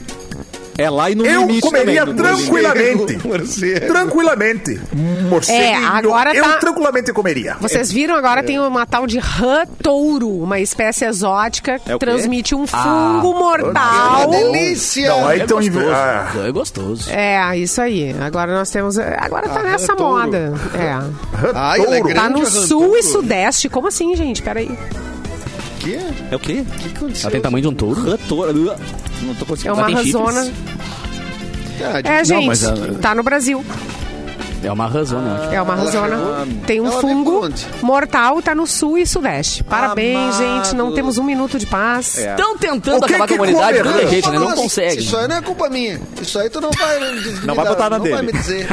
Speaker 1: É lá e no
Speaker 7: Eu
Speaker 1: limite também, no-
Speaker 7: comeria
Speaker 1: no limite.
Speaker 7: tranquilamente.
Speaker 4: Morcego.
Speaker 7: Tranquilamente. Morcego.
Speaker 3: É, agora
Speaker 7: eu
Speaker 3: tá-
Speaker 7: tranquilamente comeria.
Speaker 3: Vocês viram
Speaker 1: É.
Speaker 3: agora tem uma tal de rã touro, uma espécie exótica que
Speaker 1: É o quê?
Speaker 3: transmite um fungo
Speaker 4: Uma
Speaker 3: mortal.
Speaker 4: delícia.
Speaker 7: Não, aí
Speaker 6: É
Speaker 7: estão
Speaker 6: gostoso.
Speaker 7: ah,
Speaker 6: É gostoso.
Speaker 3: É, isso aí. Agora nós temos. Agora tá
Speaker 1: Ah,
Speaker 4: A rã
Speaker 3: nessa
Speaker 4: touro.
Speaker 3: moda. É.
Speaker 4: Ai, ela é
Speaker 7: touro.
Speaker 4: grande,
Speaker 3: Tá
Speaker 1: um
Speaker 4: a
Speaker 3: no
Speaker 4: rã
Speaker 3: sul e
Speaker 4: touro.
Speaker 3: sudeste. Como assim, gente? Peraí.
Speaker 4: Quê?
Speaker 1: É o quê?
Speaker 4: O que aconteceu?
Speaker 6: Ela tem tamanho de um touro.
Speaker 1: Cantora. Não tô
Speaker 3: É
Speaker 1: conseguindo.
Speaker 3: uma
Speaker 6: tem
Speaker 3: razona.
Speaker 4: Ah, de-
Speaker 3: É, gente.
Speaker 8: mas a-
Speaker 3: Tá no Brasil.
Speaker 6: É uma razona.
Speaker 3: É uma razona.
Speaker 1: chegou-
Speaker 3: Tem um
Speaker 4: Ela veio
Speaker 3: fungo
Speaker 4: onde?
Speaker 3: mortal, tá no sul e sudeste. Parabéns,
Speaker 1: Amado.
Speaker 3: gente. Não temos um minuto de paz.
Speaker 1: É.
Speaker 6: Estão
Speaker 7: O
Speaker 6: tentando
Speaker 7: que
Speaker 6: acabar com a
Speaker 7: que
Speaker 6: humanidade de
Speaker 7: comerão?
Speaker 6: todo jeito, né? Não
Speaker 4: Falando assim,
Speaker 6: consegue.
Speaker 4: Isso aí não é culpa minha. Isso aí tu não vai me diz-
Speaker 1: Não
Speaker 4: me
Speaker 1: vai botar na
Speaker 4: não
Speaker 1: dele.
Speaker 4: vai me dizer.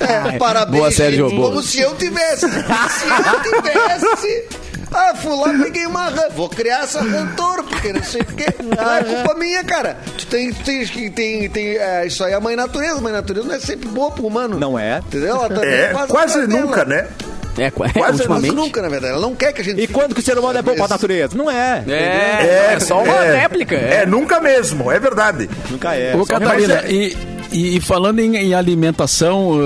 Speaker 4: É, parabéns.
Speaker 6: Boa, Sérgio,
Speaker 4: gente.
Speaker 6: boa.
Speaker 4: Como se eu tivesse. Se eu tivesse. Ah, fui lá, peguei uma rã. Vou criar essa rã touro, porque não sei o quê. Não é culpa minha, cara. Tu tem, tu tem, tem, tem, é, isso aí é a mãe natureza. A mãe natureza não é sempre boa pro humano.
Speaker 1: Não é.
Speaker 4: Entendeu? Ela tá
Speaker 7: É,
Speaker 4: faz
Speaker 7: quase
Speaker 4: atrás dela.
Speaker 7: nunca, né?
Speaker 6: É, qua-
Speaker 4: Quase
Speaker 6: ultimamente.
Speaker 4: nunca, na verdade. Ela não quer que a gente
Speaker 1: E quando que o ser humano é bom pra natureza? Não é.
Speaker 6: É, é só uma réplica.
Speaker 7: É. nunca mesmo, é verdade.
Speaker 1: Nunca é.
Speaker 8: Ô,
Speaker 1: Só-
Speaker 8: Catarina,
Speaker 7: mas
Speaker 8: e, E, e falando em, em alimentação,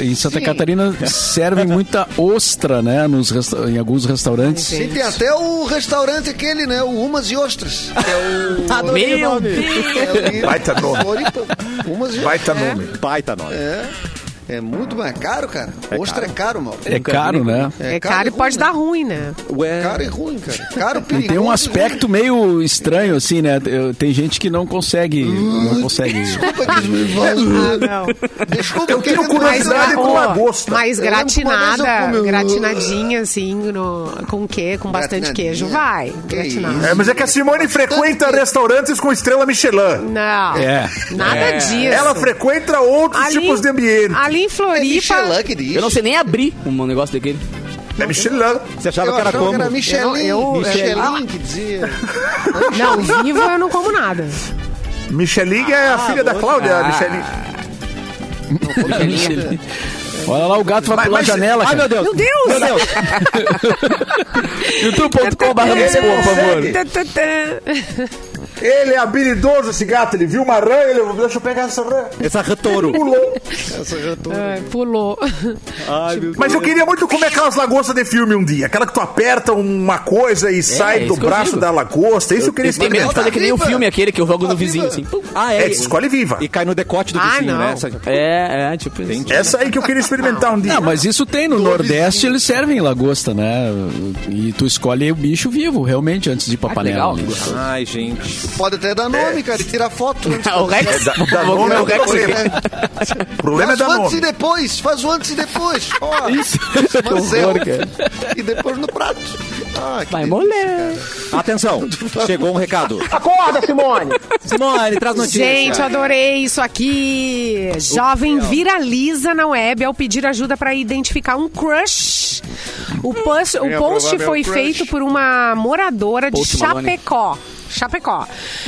Speaker 8: eh, em Santa Catarina servem muita ostra, né? Nos resta- em alguns restaurantes.
Speaker 4: Sim, tem até o restaurante aquele, né? O Umas e Ostras. É o.
Speaker 6: Meu Deus!
Speaker 4: É o-
Speaker 7: Baita nome.
Speaker 4: Floripa- Umas e
Speaker 7: Baita nome.
Speaker 1: Baita nome.
Speaker 4: É muito mais caro, cara. Ostra é caro, mal.
Speaker 8: É caro, né?
Speaker 3: É caro e pode dar ruim, né?
Speaker 1: Ué,
Speaker 4: Caro e ruim, cara. Caro, perigoso.
Speaker 8: Tem um
Speaker 4: e
Speaker 8: aspecto meio estranho, assim, né? Eu- Tem gente que não consegue. Não consegue.
Speaker 4: ruim. Desculpa, que me vaso.
Speaker 3: Ah, não.
Speaker 4: Desculpa,
Speaker 7: Eu tenho
Speaker 4: queria-
Speaker 3: Mas,
Speaker 7: curiosidade com
Speaker 3: ó,
Speaker 7: lagosta.
Speaker 3: Mas
Speaker 4: Eu lembro que uma vez eu
Speaker 3: gratinada,
Speaker 4: comi um-
Speaker 3: gratinadinha, assim, no, com quê? Com bastante
Speaker 4: Gratinadinha?
Speaker 3: queijo. Vai,
Speaker 4: Que
Speaker 3: gratinada.
Speaker 7: É, mas é que a Simone frequenta restaurantes com estrela Michelin.
Speaker 3: Não,
Speaker 8: É.
Speaker 3: nada disso.
Speaker 7: Ela frequenta outros
Speaker 3: Ali- Ah,
Speaker 7: tipos de ambiente.
Speaker 3: Ali em
Speaker 4: É Michelin
Speaker 3: Floripa...
Speaker 4: que diz.
Speaker 6: Eu não sei nem abrir um negócio daquele.
Speaker 7: É Michelin.
Speaker 1: você achava
Speaker 4: Eu
Speaker 1: que era
Speaker 4: achava
Speaker 1: como?
Speaker 4: que era Michelin.
Speaker 3: Eu- eu-
Speaker 4: Michelin que dizia.
Speaker 3: Não, vivo eu não como nada.
Speaker 7: Michelin é a filha da Cláudia,
Speaker 6: Ah,
Speaker 7: a Michelin.
Speaker 8: Olha lá, o gato vai
Speaker 7: Mas-
Speaker 8: pular a
Speaker 7: mas-
Speaker 8: janela.
Speaker 1: Ai,
Speaker 8: cara.
Speaker 1: meu Deus.
Speaker 3: Meu Deus!
Speaker 1: Meu Deus.
Speaker 6: youtube.com.br
Speaker 3: é
Speaker 6: por favor.
Speaker 7: Ele é habilidoso, esse gato. Ele viu uma rã, ele... Deixa eu pegar essa rã.
Speaker 1: Essa retouro.
Speaker 7: Pulou.
Speaker 3: Ai, Pulou.
Speaker 1: Ai, meu Deus.
Speaker 7: Mas eu queria muito comer aquelas lagostas de filme um dia. Aquela que tu aperta uma coisa e sai
Speaker 6: é
Speaker 7: do
Speaker 6: isso que eu
Speaker 7: braço
Speaker 6: digo.
Speaker 7: da lagosta. Isso eu, queria
Speaker 6: Eles têm medo de
Speaker 7: experimentar.
Speaker 6: fazer que nem o
Speaker 4: viva.
Speaker 6: filme aquele
Speaker 1: é
Speaker 6: que eu jogo
Speaker 4: Tá
Speaker 6: no vizinho, assim.
Speaker 4: viva.
Speaker 6: Pum.
Speaker 1: Ah,
Speaker 7: É,
Speaker 1: é. e-
Speaker 7: escolhe viva.
Speaker 1: E cai no decote do
Speaker 3: Ah,
Speaker 1: vizinho, né?
Speaker 3: não.
Speaker 1: Essa-
Speaker 6: É, é, tipo isso.
Speaker 7: Essa aí que eu queria experimentar um dia.
Speaker 8: Não, Ah, mas isso tem. No Nordeste eles servem lagosta, né? E tu escolhe o bicho vivo, realmente, antes de ir pra panela.
Speaker 6: Ah,
Speaker 8: né?
Speaker 6: legal.
Speaker 1: Ai, gente.
Speaker 4: Pode até dar nome, cara, e tirar foto.
Speaker 3: Ah,
Speaker 6: O Rex.
Speaker 7: Da- da
Speaker 6: Vou comer
Speaker 7: nome é
Speaker 6: o
Speaker 7: o
Speaker 6: Rex aqui.
Speaker 7: problema. O problema é
Speaker 4: Faz
Speaker 7: dar
Speaker 4: o antes e
Speaker 7: nome.
Speaker 4: depois, faz o antes e depois. Ó, Isso, E depois no prato. Ah, que
Speaker 6: Vai
Speaker 4: delícia,
Speaker 6: molhar.
Speaker 1: Atenção, chegou um recado.
Speaker 9: Acorda, Simone!
Speaker 1: Simone, traz notícia.
Speaker 3: Gente, eu adorei isso aqui. Jovem viraliza na web ao pedir ajuda para identificar um crush. O post, o post foi feito por uma moradora de
Speaker 6: Post Malone.
Speaker 3: Chapecó. Chapecó.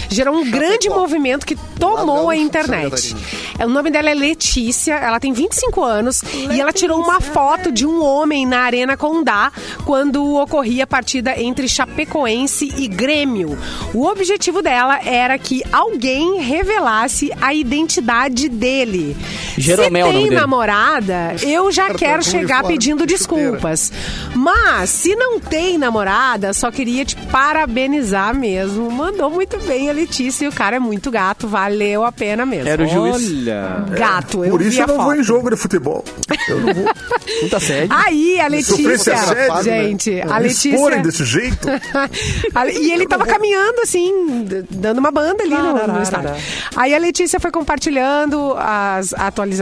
Speaker 3: Gerou um grande movimento que tomou
Speaker 4: Ladrão
Speaker 3: a
Speaker 4: de
Speaker 3: internet. O nome dela é Letícia, ela tem 25 anos e ela tirou uma foto de um homem na Arena Condá quando ocorria a partida entre Chapecoense e Grêmio. O objetivo dela era que alguém revelasse a identidade dele.
Speaker 6: Jeromel é o
Speaker 3: Se
Speaker 6: nome
Speaker 3: tem
Speaker 6: dele.
Speaker 3: namorada, eu já
Speaker 4: Cartão
Speaker 3: quero
Speaker 4: de
Speaker 3: chegar
Speaker 4: uniforme,
Speaker 3: pedindo
Speaker 4: chuteira.
Speaker 3: desculpas. Mas se não tem namorada, só queria te parabenizar mesmo. Mandou muito bem a Letícia e o cara é muito gato, valeu a pena mesmo.
Speaker 6: Era o juiz.
Speaker 1: Olha.
Speaker 3: Gato, eu
Speaker 7: Por
Speaker 3: vi
Speaker 7: isso
Speaker 3: a
Speaker 7: eu não
Speaker 3: foto.
Speaker 7: vou em jogo de futebol. Eu não vou.
Speaker 6: Puta sede.
Speaker 3: Aí, a
Speaker 7: Sofrência
Speaker 3: Letícia,
Speaker 7: séria, né?
Speaker 3: gente, a
Speaker 7: Me
Speaker 3: Letícia...
Speaker 7: Exporem desse jeito.
Speaker 3: A- e ele tava caminhando, assim, d- dando uma banda ali né, no, no estádio. Aí a Letícia foi compartilhando as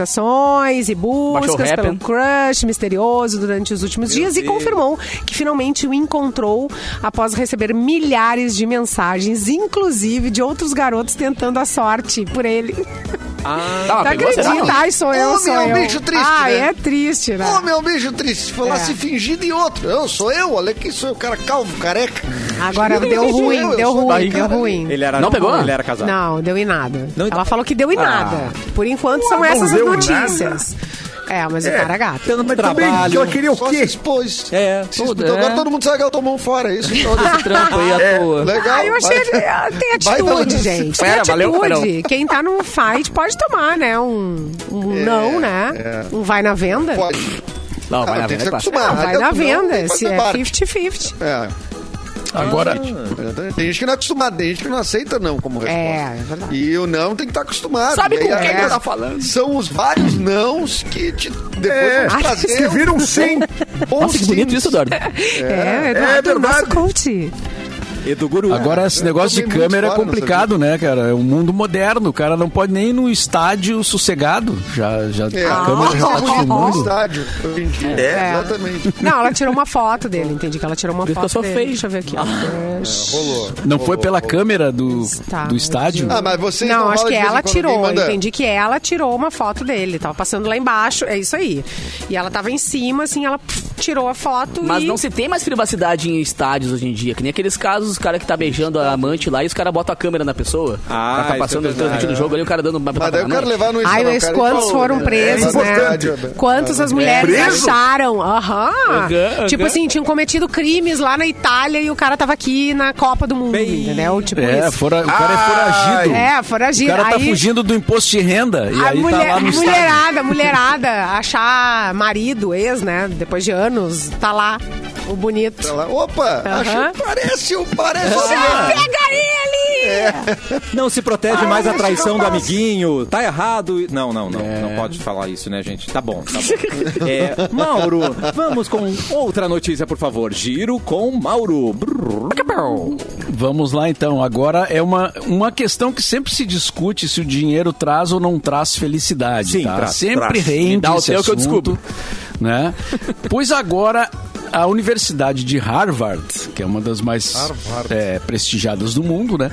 Speaker 3: atualizações e
Speaker 6: Baixou o
Speaker 3: buscas
Speaker 6: rap,
Speaker 3: pelo
Speaker 6: né?
Speaker 3: crush misterioso durante os últimos dias e confirmou que finalmente o encontrou após receber milhares de mensagens, inclusive de outros garotos tentando a sorte por ele.
Speaker 6: Tá, mas
Speaker 3: Não
Speaker 6: pegou, será?
Speaker 3: acredita, ai, sou eu,
Speaker 4: Homem
Speaker 3: sou
Speaker 4: é um
Speaker 3: eu.
Speaker 4: bicho triste,
Speaker 3: Ah,
Speaker 4: né?
Speaker 3: é triste, né?
Speaker 4: Homem é um bicho triste, se falar
Speaker 3: É.
Speaker 4: se fingir de outro. Eu sou eu, olha que sou eu, cara calvo, careca.
Speaker 3: Agora
Speaker 4: Eu
Speaker 3: deu
Speaker 4: sou
Speaker 3: ruim,
Speaker 4: eu, eu
Speaker 3: deu
Speaker 4: sou
Speaker 3: ruim,
Speaker 4: barriga.
Speaker 3: deu ruim.
Speaker 1: Ele era
Speaker 6: Não pegou?
Speaker 1: Ele era casado.
Speaker 3: Não, deu em nada.
Speaker 1: Não-
Speaker 3: Ela falou que
Speaker 6: Ah.
Speaker 3: deu em nada. Por enquanto são
Speaker 7: não
Speaker 3: essas as
Speaker 7: deu em
Speaker 3: notícias. É, mas o cara é gato.
Speaker 1: Tanto
Speaker 7: Mas também,
Speaker 1: trabalho.
Speaker 7: ela queria o
Speaker 4: Só se
Speaker 7: quê?
Speaker 4: expôs.
Speaker 1: É,
Speaker 4: Se
Speaker 6: tudo,
Speaker 4: expôs. Então Agora
Speaker 6: é.
Speaker 4: todo mundo sabe que ela tomou um fora, é isso? Então,
Speaker 6: Esse trampo aí à toa.
Speaker 4: Legal.
Speaker 3: Ah, eu achei.
Speaker 4: vai-
Speaker 3: Tem
Speaker 4: vai um
Speaker 3: atitude,
Speaker 4: dando-
Speaker 3: gente. Tem
Speaker 6: É, valeu,
Speaker 3: atitude.
Speaker 6: Carol.
Speaker 3: Quem tá num fight pode tomar, né? Um, um não, né? Um vai na venda.
Speaker 4: Pode.
Speaker 6: Não, vai
Speaker 4: Ah,
Speaker 6: na
Speaker 4: tem que se
Speaker 6: venda. passa.
Speaker 4: acostumar.
Speaker 3: Não, vai
Speaker 4: Até
Speaker 3: na
Speaker 4: o final,
Speaker 3: venda.
Speaker 4: tem que
Speaker 3: Se
Speaker 4: fazer
Speaker 3: é
Speaker 4: parte.
Speaker 3: 50-50.
Speaker 4: É.
Speaker 8: Agora,
Speaker 4: né? Tem gente que não é acostumada, tem gente que não aceita não como resposta.
Speaker 3: É, é verdade.
Speaker 4: E o não tem que estar acostumado.
Speaker 6: Sabe
Speaker 4: né?
Speaker 6: com
Speaker 4: E
Speaker 6: quem
Speaker 4: aí,
Speaker 6: que eu tá falando?
Speaker 4: São os vários nãos que te, depois
Speaker 7: É,
Speaker 4: vão te trazer um
Speaker 7: que viram sim.
Speaker 6: Nossa, que bonito isso, Eduardo.
Speaker 3: É, Eduardo,
Speaker 7: é
Speaker 3: nosso
Speaker 7: verdade.
Speaker 3: coach.
Speaker 1: Edu Guru.
Speaker 8: agora esse negócio de
Speaker 4: tomei muito
Speaker 8: câmera é
Speaker 4: fora,
Speaker 8: complicado, né, cara? É um mundo moderno. O cara não pode nem ir no estádio sossegado. Já, já
Speaker 4: É,
Speaker 7: Ah,
Speaker 8: a câmera já tá
Speaker 4: no
Speaker 8: todo mundo.
Speaker 4: estádio. hoje em dia.
Speaker 7: É.
Speaker 4: Exatamente.
Speaker 3: Não, ela tirou uma foto dele, entendi que ela tirou uma
Speaker 6: Por isso que eu sou
Speaker 3: foto dele.
Speaker 6: feio. Ah.
Speaker 3: Deixa eu ver aqui. ó.
Speaker 4: Rolou.
Speaker 8: Não foi pela câmera do, do estádio?
Speaker 4: Ah, mas vocês
Speaker 3: não,
Speaker 4: rola
Speaker 3: acho que
Speaker 4: de vez em
Speaker 3: ela
Speaker 4: quando alguém
Speaker 3: tirou.
Speaker 4: manda-
Speaker 3: Entendi que ela tirou uma foto dele. Tava passando lá embaixo, é isso aí. E ela tava em cima, assim, ela pff, tirou a foto
Speaker 6: Mas
Speaker 3: e...
Speaker 6: não se tem mais privacidade em estádios hoje em dia. Que nem aqueles casos, os cara que tá beijando a amante lá e os caras botam a câmera na pessoa.
Speaker 1: Ah,
Speaker 6: O cara
Speaker 1: isso é
Speaker 6: tá passando,
Speaker 1: verdade.
Speaker 6: transmitindo o jogo ali, o cara dando uma
Speaker 4: Mas daí eu quero levar no
Speaker 3: Ai,
Speaker 4: Instagram,
Speaker 3: mas
Speaker 4: cara, e
Speaker 3: quantos
Speaker 4: falou,
Speaker 3: foram
Speaker 4: né?
Speaker 3: presos,
Speaker 4: É
Speaker 3: né?
Speaker 4: importante.
Speaker 3: Quantos as mulheres
Speaker 7: Preso?
Speaker 3: acharam? Aham.
Speaker 6: Aham,
Speaker 3: Tipo
Speaker 6: aham.
Speaker 3: assim, tinham cometido crimes lá na Itália e o cara tava aqui na Copa do Mundo,
Speaker 1: Bem-
Speaker 3: entendeu? Tipo
Speaker 8: É,
Speaker 3: isso.
Speaker 8: fora- o cara é foragido.
Speaker 3: É, foragido.
Speaker 8: O cara tá
Speaker 3: Aí-
Speaker 8: fugindo do imposto de renda e
Speaker 3: A
Speaker 8: aí
Speaker 3: mulher-
Speaker 8: tá lá no estádio.
Speaker 3: mulherada, mulherada, achar marido, ex, né? Depois de anos, tá lá, o bonito.
Speaker 4: Ela, Opa,
Speaker 3: Aham.
Speaker 4: acho, parece, o- parece. um
Speaker 3: Pega ele!
Speaker 8: É,
Speaker 1: Não se protege mais a traição do amiguinho. Tá errado. Não, não, não. Não pode falar isso, né, gente? Tá bom, tá bom. É, Mauro, vamos com outra notícia, por favor. Giro com Mauro. Brrr.
Speaker 8: Vamos lá então. Agora é uma, uma questão que sempre se discute se o dinheiro traz ou não traz felicidade.
Speaker 1: Sim,
Speaker 8: tá?
Speaker 1: traz,
Speaker 8: sempre
Speaker 1: traz.
Speaker 8: rende
Speaker 6: Me dá o
Speaker 8: esse
Speaker 6: teu
Speaker 8: assunto,
Speaker 6: que eu descubro.
Speaker 8: Né? Pois agora a Universidade de Harvard, que é uma das mais é, prestigiadas do mundo, né?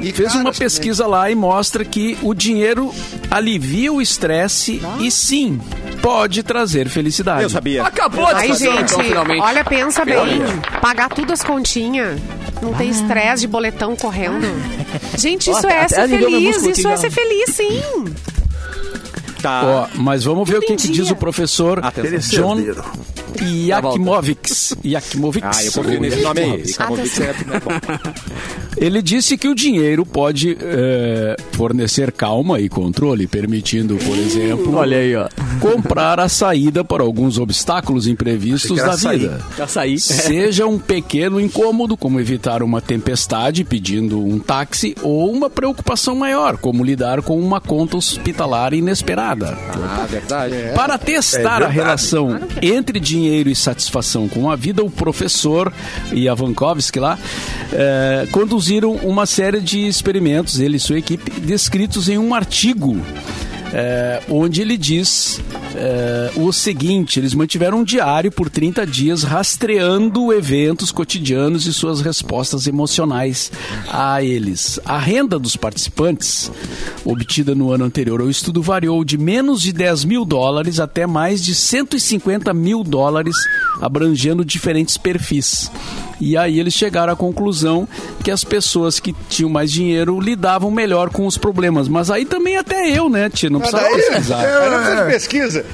Speaker 4: E
Speaker 8: fez uma
Speaker 4: caras também.
Speaker 8: pesquisa lá e mostra que o dinheiro alivia o estresse e sim pode trazer felicidade.
Speaker 1: Eu sabia.
Speaker 7: Ah,
Speaker 6: Acabou a
Speaker 3: Aí,
Speaker 8: um
Speaker 6: discussão,
Speaker 3: gente,
Speaker 6: então, finalmente.
Speaker 3: olha, pensa bem.
Speaker 6: Finalmente.
Speaker 3: Pagar tudo as continhas. Não ter estresse de boletão correndo. Gente, isso
Speaker 6: Ó,
Speaker 3: é
Speaker 6: até
Speaker 3: ser
Speaker 6: aliviou meu
Speaker 3: feliz.
Speaker 6: músculo
Speaker 3: Isso
Speaker 6: aqui,
Speaker 3: é
Speaker 6: ó.
Speaker 3: ser feliz, sim.
Speaker 1: Tá.
Speaker 8: Ó, mas vamos ver o que, que
Speaker 3: Entendi.
Speaker 8: diz o professor
Speaker 1: Atenção.
Speaker 8: John
Speaker 7: Cerdeiro.
Speaker 8: Yakimovics. Yakimovics.
Speaker 1: Ah, eu confio nesse nome aí. Icamovic é- é bom.
Speaker 8: Ele disse que o dinheiro pode eh, fornecer calma e controle, permitindo, por exemplo,
Speaker 6: Olha aí, ó.
Speaker 8: comprar a saída para alguns obstáculos imprevistos
Speaker 7: Achei que
Speaker 8: da
Speaker 7: era açaí.
Speaker 8: vida.
Speaker 6: Açaí.
Speaker 8: Seja um pequeno incômodo, como evitar uma tempestade pedindo um táxi, ou uma preocupação maior, como lidar com uma conta hospitalar inesperada.
Speaker 1: Ah, verdade.
Speaker 8: Para testar a relação entre dinheiro e satisfação com a vida, o professor e a Vankovski lá eh, conduziram uma série de experimentos, ele e sua equipe, descritos em um artigo. eh, onde ele diz eh, o seguinte: eles mantiveram um diário por 30 dias rastreando eventos cotidianos e suas respostas emocionais a eles. A renda dos participantes, obtida no ano anterior ao estudo, variou de menos de 10 mil dólares até mais de 150 mil dólares, abrangendo diferentes perfis. E aí eles chegaram à conclusão que as pessoas que tinham mais dinheiro lidavam melhor com os problemas. Mas aí também até eu, né, Tia? Não
Speaker 4: Mas é.
Speaker 8: precisava
Speaker 4: daí,
Speaker 8: pesquisar.
Speaker 4: eu não preciso de pesquisa.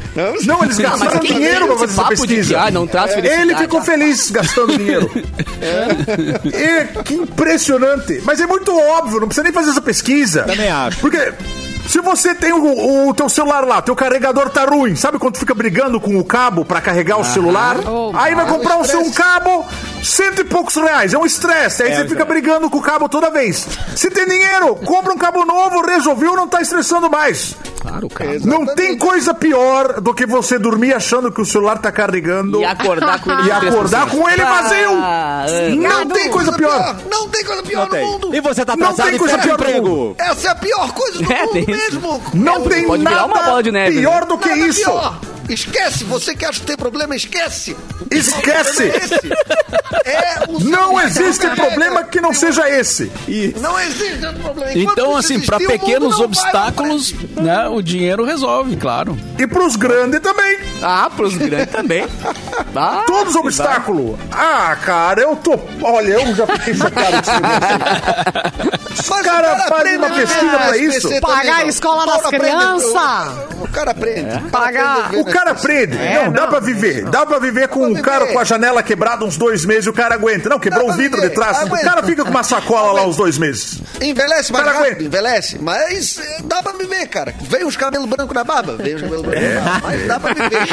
Speaker 4: Não,
Speaker 7: Não, eles gastaram
Speaker 6: quem tem
Speaker 7: dinheiro pra
Speaker 6: esse
Speaker 7: fazer essa
Speaker 6: papo de que,
Speaker 7: pesquisa. É.
Speaker 6: ah, não traz
Speaker 7: Ele
Speaker 6: felicidade,
Speaker 7: ficou
Speaker 6: ah.
Speaker 7: feliz gastando dinheiro. É, que impressionante. Mas é muito óbvio, não precisa nem fazer essa pesquisa.
Speaker 1: Também acho.
Speaker 7: Porque se você tem o, o teu celular lá, teu carregador tá ruim, sabe quando tu fica brigando com o cabo pra carregar o celular? aí
Speaker 6: é
Speaker 7: vai comprar um, um cabo, cento e poucos reais, é um estresse. Aí você fica brigando com o cabo toda vez. Se tem dinheiro, compra um cabo novo, resolveu, não tá estressando mais.
Speaker 8: Claro, cara.
Speaker 7: Não tem coisa pior do que você dormir achando que o celular tá carregando
Speaker 6: E acordar com ele.
Speaker 7: e acordar com ele vazio.
Speaker 6: Ah, é.
Speaker 7: Não tem coisa pior.
Speaker 4: Não tem coisa pior
Speaker 1: Não
Speaker 4: no
Speaker 1: tem.
Speaker 4: mundo.
Speaker 1: E você tá
Speaker 7: Não
Speaker 1: atrasado
Speaker 7: tem
Speaker 1: e
Speaker 7: coisa
Speaker 1: perde
Speaker 7: pior no
Speaker 1: emprego.
Speaker 7: mundo.
Speaker 4: Essa é a pior coisa do
Speaker 6: É,
Speaker 4: mundo
Speaker 6: tem isso.
Speaker 4: mesmo.
Speaker 7: Não tem
Speaker 6: pode virar
Speaker 7: nada
Speaker 6: uma bola de neve,
Speaker 7: pior
Speaker 6: né?
Speaker 7: do que
Speaker 4: Nada
Speaker 7: isso.
Speaker 4: pior. Esquece, você que acha que tem problema, esquece.
Speaker 7: Esquece.
Speaker 4: É esse. É o seu
Speaker 7: Não
Speaker 4: carro
Speaker 7: existe
Speaker 4: carrega.
Speaker 7: problema que não seja esse.
Speaker 4: Não existe outro problema. Enquanto
Speaker 8: Então,
Speaker 4: isso
Speaker 8: assim, para
Speaker 4: existir, o mundo não
Speaker 8: pequenos
Speaker 4: vai pra
Speaker 8: obstáculos,
Speaker 4: frente.
Speaker 8: né, o dinheiro resolve, claro.
Speaker 7: E pros grandes também.
Speaker 6: Ah, pros grandes também. Ah,
Speaker 7: Todos os obstáculos. Ah, cara, eu tô. Olha, eu já fiquei chocado com esse negócio.
Speaker 4: Mas o
Speaker 7: cara faz
Speaker 4: aprende
Speaker 7: uma
Speaker 4: a
Speaker 7: pesquisa
Speaker 4: lidar
Speaker 7: pra
Speaker 4: com
Speaker 7: isso.
Speaker 4: SPC
Speaker 3: Pagar
Speaker 4: também,
Speaker 3: a escola
Speaker 4: não. tá O
Speaker 3: das
Speaker 4: cara aprende,
Speaker 3: crianças. É.
Speaker 4: o- O cara aprende. o cara
Speaker 3: Pagar-
Speaker 4: aprende a viver
Speaker 7: O cara
Speaker 4: nessas-
Speaker 7: aprende. não, dá pra viver. Dá pra viver com
Speaker 4: É, Dá pra
Speaker 7: um
Speaker 4: viver.
Speaker 7: cara com a janela quebrada uns dois meses e o cara aguenta. Não, quebrou
Speaker 4: Dá
Speaker 7: o
Speaker 4: pra
Speaker 7: vidro de
Speaker 4: viver.
Speaker 7: trás. O
Speaker 4: Aguenta.
Speaker 7: cara fica com uma sacola lá uns dois meses.
Speaker 4: Envelhece mais
Speaker 7: Cara,
Speaker 4: rápido,
Speaker 7: aguenta.
Speaker 4: envelhece. Mas eh, dá pra viver, cara. Vem os cabelos brancos na barba. Vem os cabelos brancos na barba. Mas dá pra viver.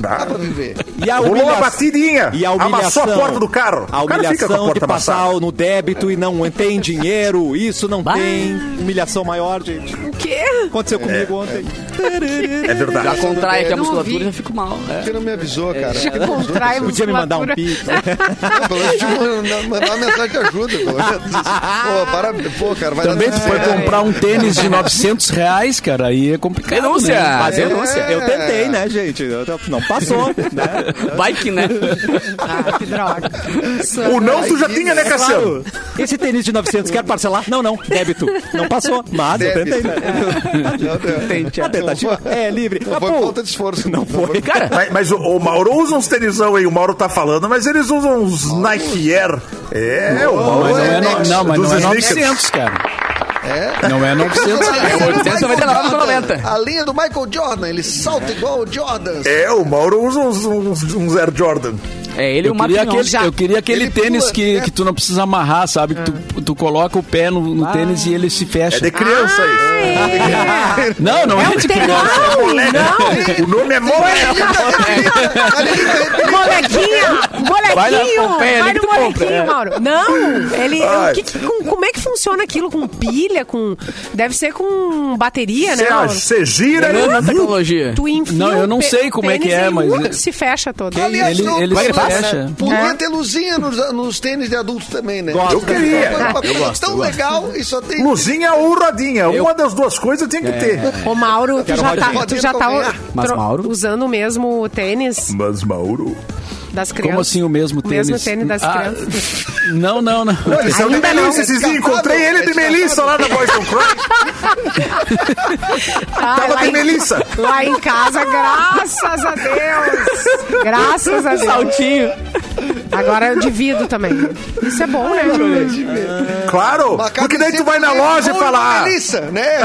Speaker 4: Dá, pra viver.
Speaker 1: E a
Speaker 7: Rolou uma
Speaker 1: humilha-
Speaker 7: batidinha.
Speaker 1: E a
Speaker 7: amassou
Speaker 1: humilhação.
Speaker 7: a porta do carro.
Speaker 1: A
Speaker 7: o cara fica com a
Speaker 1: humilhação de
Speaker 7: porta
Speaker 1: passar
Speaker 7: amassada.
Speaker 1: no débito e não tem dinheiro. Isso não tem humilhação maior, gente.
Speaker 3: O quê?
Speaker 1: Aconteceu comigo ontem.
Speaker 7: É verdade.
Speaker 6: já contrai aqui a
Speaker 4: Eu não
Speaker 6: musculatura
Speaker 4: ouvi.
Speaker 6: e já fico mal. É.
Speaker 4: Você não me avisou, cara.
Speaker 3: Já contrai
Speaker 1: Podia me mandar um
Speaker 3: musculatura.
Speaker 1: pix.
Speaker 4: Pelo menos te mandar- mandar uma mensagem de ajuda. Pelo menos. Pô, parabéns. Pô, cara, vai
Speaker 8: Também
Speaker 4: dar
Speaker 8: tu foi
Speaker 4: certo.
Speaker 8: comprar um tênis de 900 reais, cara, aí é complicado,
Speaker 6: Denúncia.
Speaker 8: né?
Speaker 6: Mas
Speaker 1: Ah, é. Mas eu, não sei. eu tentei, né, gente? Eu tô- Não passou, né?
Speaker 6: Vai que, né?
Speaker 3: Ah, que droga.
Speaker 7: O não tu já tinha, né,
Speaker 1: É
Speaker 7: Cassiano?
Speaker 1: Claro. Esse tênis de 900 quer parcelar? Não, não. Débito. Não passou, mas eu
Speaker 4: Débito.
Speaker 1: tentei. né?
Speaker 4: Tentei.
Speaker 1: A tentativa é livre.
Speaker 4: Não
Speaker 1: Ah,
Speaker 4: foi
Speaker 1: pô,
Speaker 4: falta de esforço.
Speaker 1: Não foi.
Speaker 6: Cara,
Speaker 7: Mas, mas o, o Mauro usa uns tenisão aí, o Mauro tá falando, mas eles usam uns Nike Air. É, o Mauro.
Speaker 4: mas
Speaker 8: Não, é no- não, mas
Speaker 7: Dos
Speaker 8: não é
Speaker 7: sneakers.
Speaker 8: 900, cara. Não é 900.
Speaker 4: A linha do
Speaker 6: 899
Speaker 4: Michael
Speaker 6: noventa.
Speaker 4: Jordan. A linha do Michael Jordan, ele salta igual o Jordan.
Speaker 7: É, o Mauro usa uns, uns, uns Air Jordan.
Speaker 6: é ele e
Speaker 8: Eu
Speaker 6: o
Speaker 8: queria,
Speaker 6: Marquinhos.
Speaker 8: aquele, eu queria aquele
Speaker 4: Ele
Speaker 8: tênis
Speaker 4: pula,
Speaker 8: que,
Speaker 4: né?
Speaker 8: que tu não precisa amarrar, sabe? Que tu, tu coloca o pé no, no tênis e ele se
Speaker 7: É
Speaker 8: fecha.
Speaker 7: de criança isso.
Speaker 8: Não, não é, de criança.
Speaker 7: Moleque. O nome é moleque.
Speaker 3: Molequinha!
Speaker 8: Vai na
Speaker 3: Molequinho!
Speaker 8: Pompeia,
Speaker 3: Vai,
Speaker 8: ali que
Speaker 3: no
Speaker 8: tu
Speaker 3: molequinho,
Speaker 8: compra, é.
Speaker 3: Mauro. Não! Ele.
Speaker 7: Ai.
Speaker 3: o que que- com- como é que funciona aquilo? Com pilha? Com. Deve ser com bateria, né, Mauro?
Speaker 7: Você gira e
Speaker 4: tá
Speaker 6: Nano tecnologia.
Speaker 3: Tu enfia
Speaker 8: Não, eu
Speaker 3: o
Speaker 8: não
Speaker 3: pe-
Speaker 8: sei como é que
Speaker 3: tênis
Speaker 8: é,
Speaker 3: e,
Speaker 8: mas-
Speaker 3: uh, se fecha todo.
Speaker 4: Aliás,
Speaker 8: Ele-
Speaker 4: não,
Speaker 8: ele
Speaker 4: podia-
Speaker 8: se fecha.
Speaker 4: Podia ter luzinha nos, nos tênis de adulto também, né?
Speaker 7: Eu queria.
Speaker 4: Foi uma coisa
Speaker 2: gosto,
Speaker 4: tão
Speaker 2: eu gosto.
Speaker 4: legal e só tem...
Speaker 7: luzinha ou rodinha. Uma das duas coisas tinha que
Speaker 4: É.
Speaker 7: ter.
Speaker 3: Ô, Mauro, tu já tá, tu já tá
Speaker 4: Rodinha.
Speaker 6: Mas,
Speaker 3: tro-
Speaker 6: Mauro?
Speaker 3: usando o mesmo tênis
Speaker 7: Mas, Mauro.
Speaker 3: das crianças.
Speaker 8: Como assim o mesmo tênis?
Speaker 3: mesmo tênis das
Speaker 8: Ah,
Speaker 3: crianças.
Speaker 8: Não, não, não.
Speaker 7: Não, eles são de
Speaker 4: Ainda não,
Speaker 7: Melissa
Speaker 4: é
Speaker 7: esses dias.
Speaker 4: descartável,
Speaker 7: Encontrei ele
Speaker 4: é
Speaker 7: de Melissa lá na Boys on Cry.
Speaker 3: Ah,
Speaker 7: Tava
Speaker 3: lá
Speaker 7: de
Speaker 3: em-
Speaker 7: Melissa.
Speaker 3: Lá em casa, graças a Deus! Graças a Deus!
Speaker 6: Saltinho.
Speaker 3: Agora eu divido também. Isso é bom, né?
Speaker 7: Claro.
Speaker 4: Macaco
Speaker 7: Porque daí tu
Speaker 4: sempre
Speaker 7: vai na
Speaker 4: tem
Speaker 7: loja e
Speaker 4: boi
Speaker 7: fala... "Ah,
Speaker 4: Melissa, né?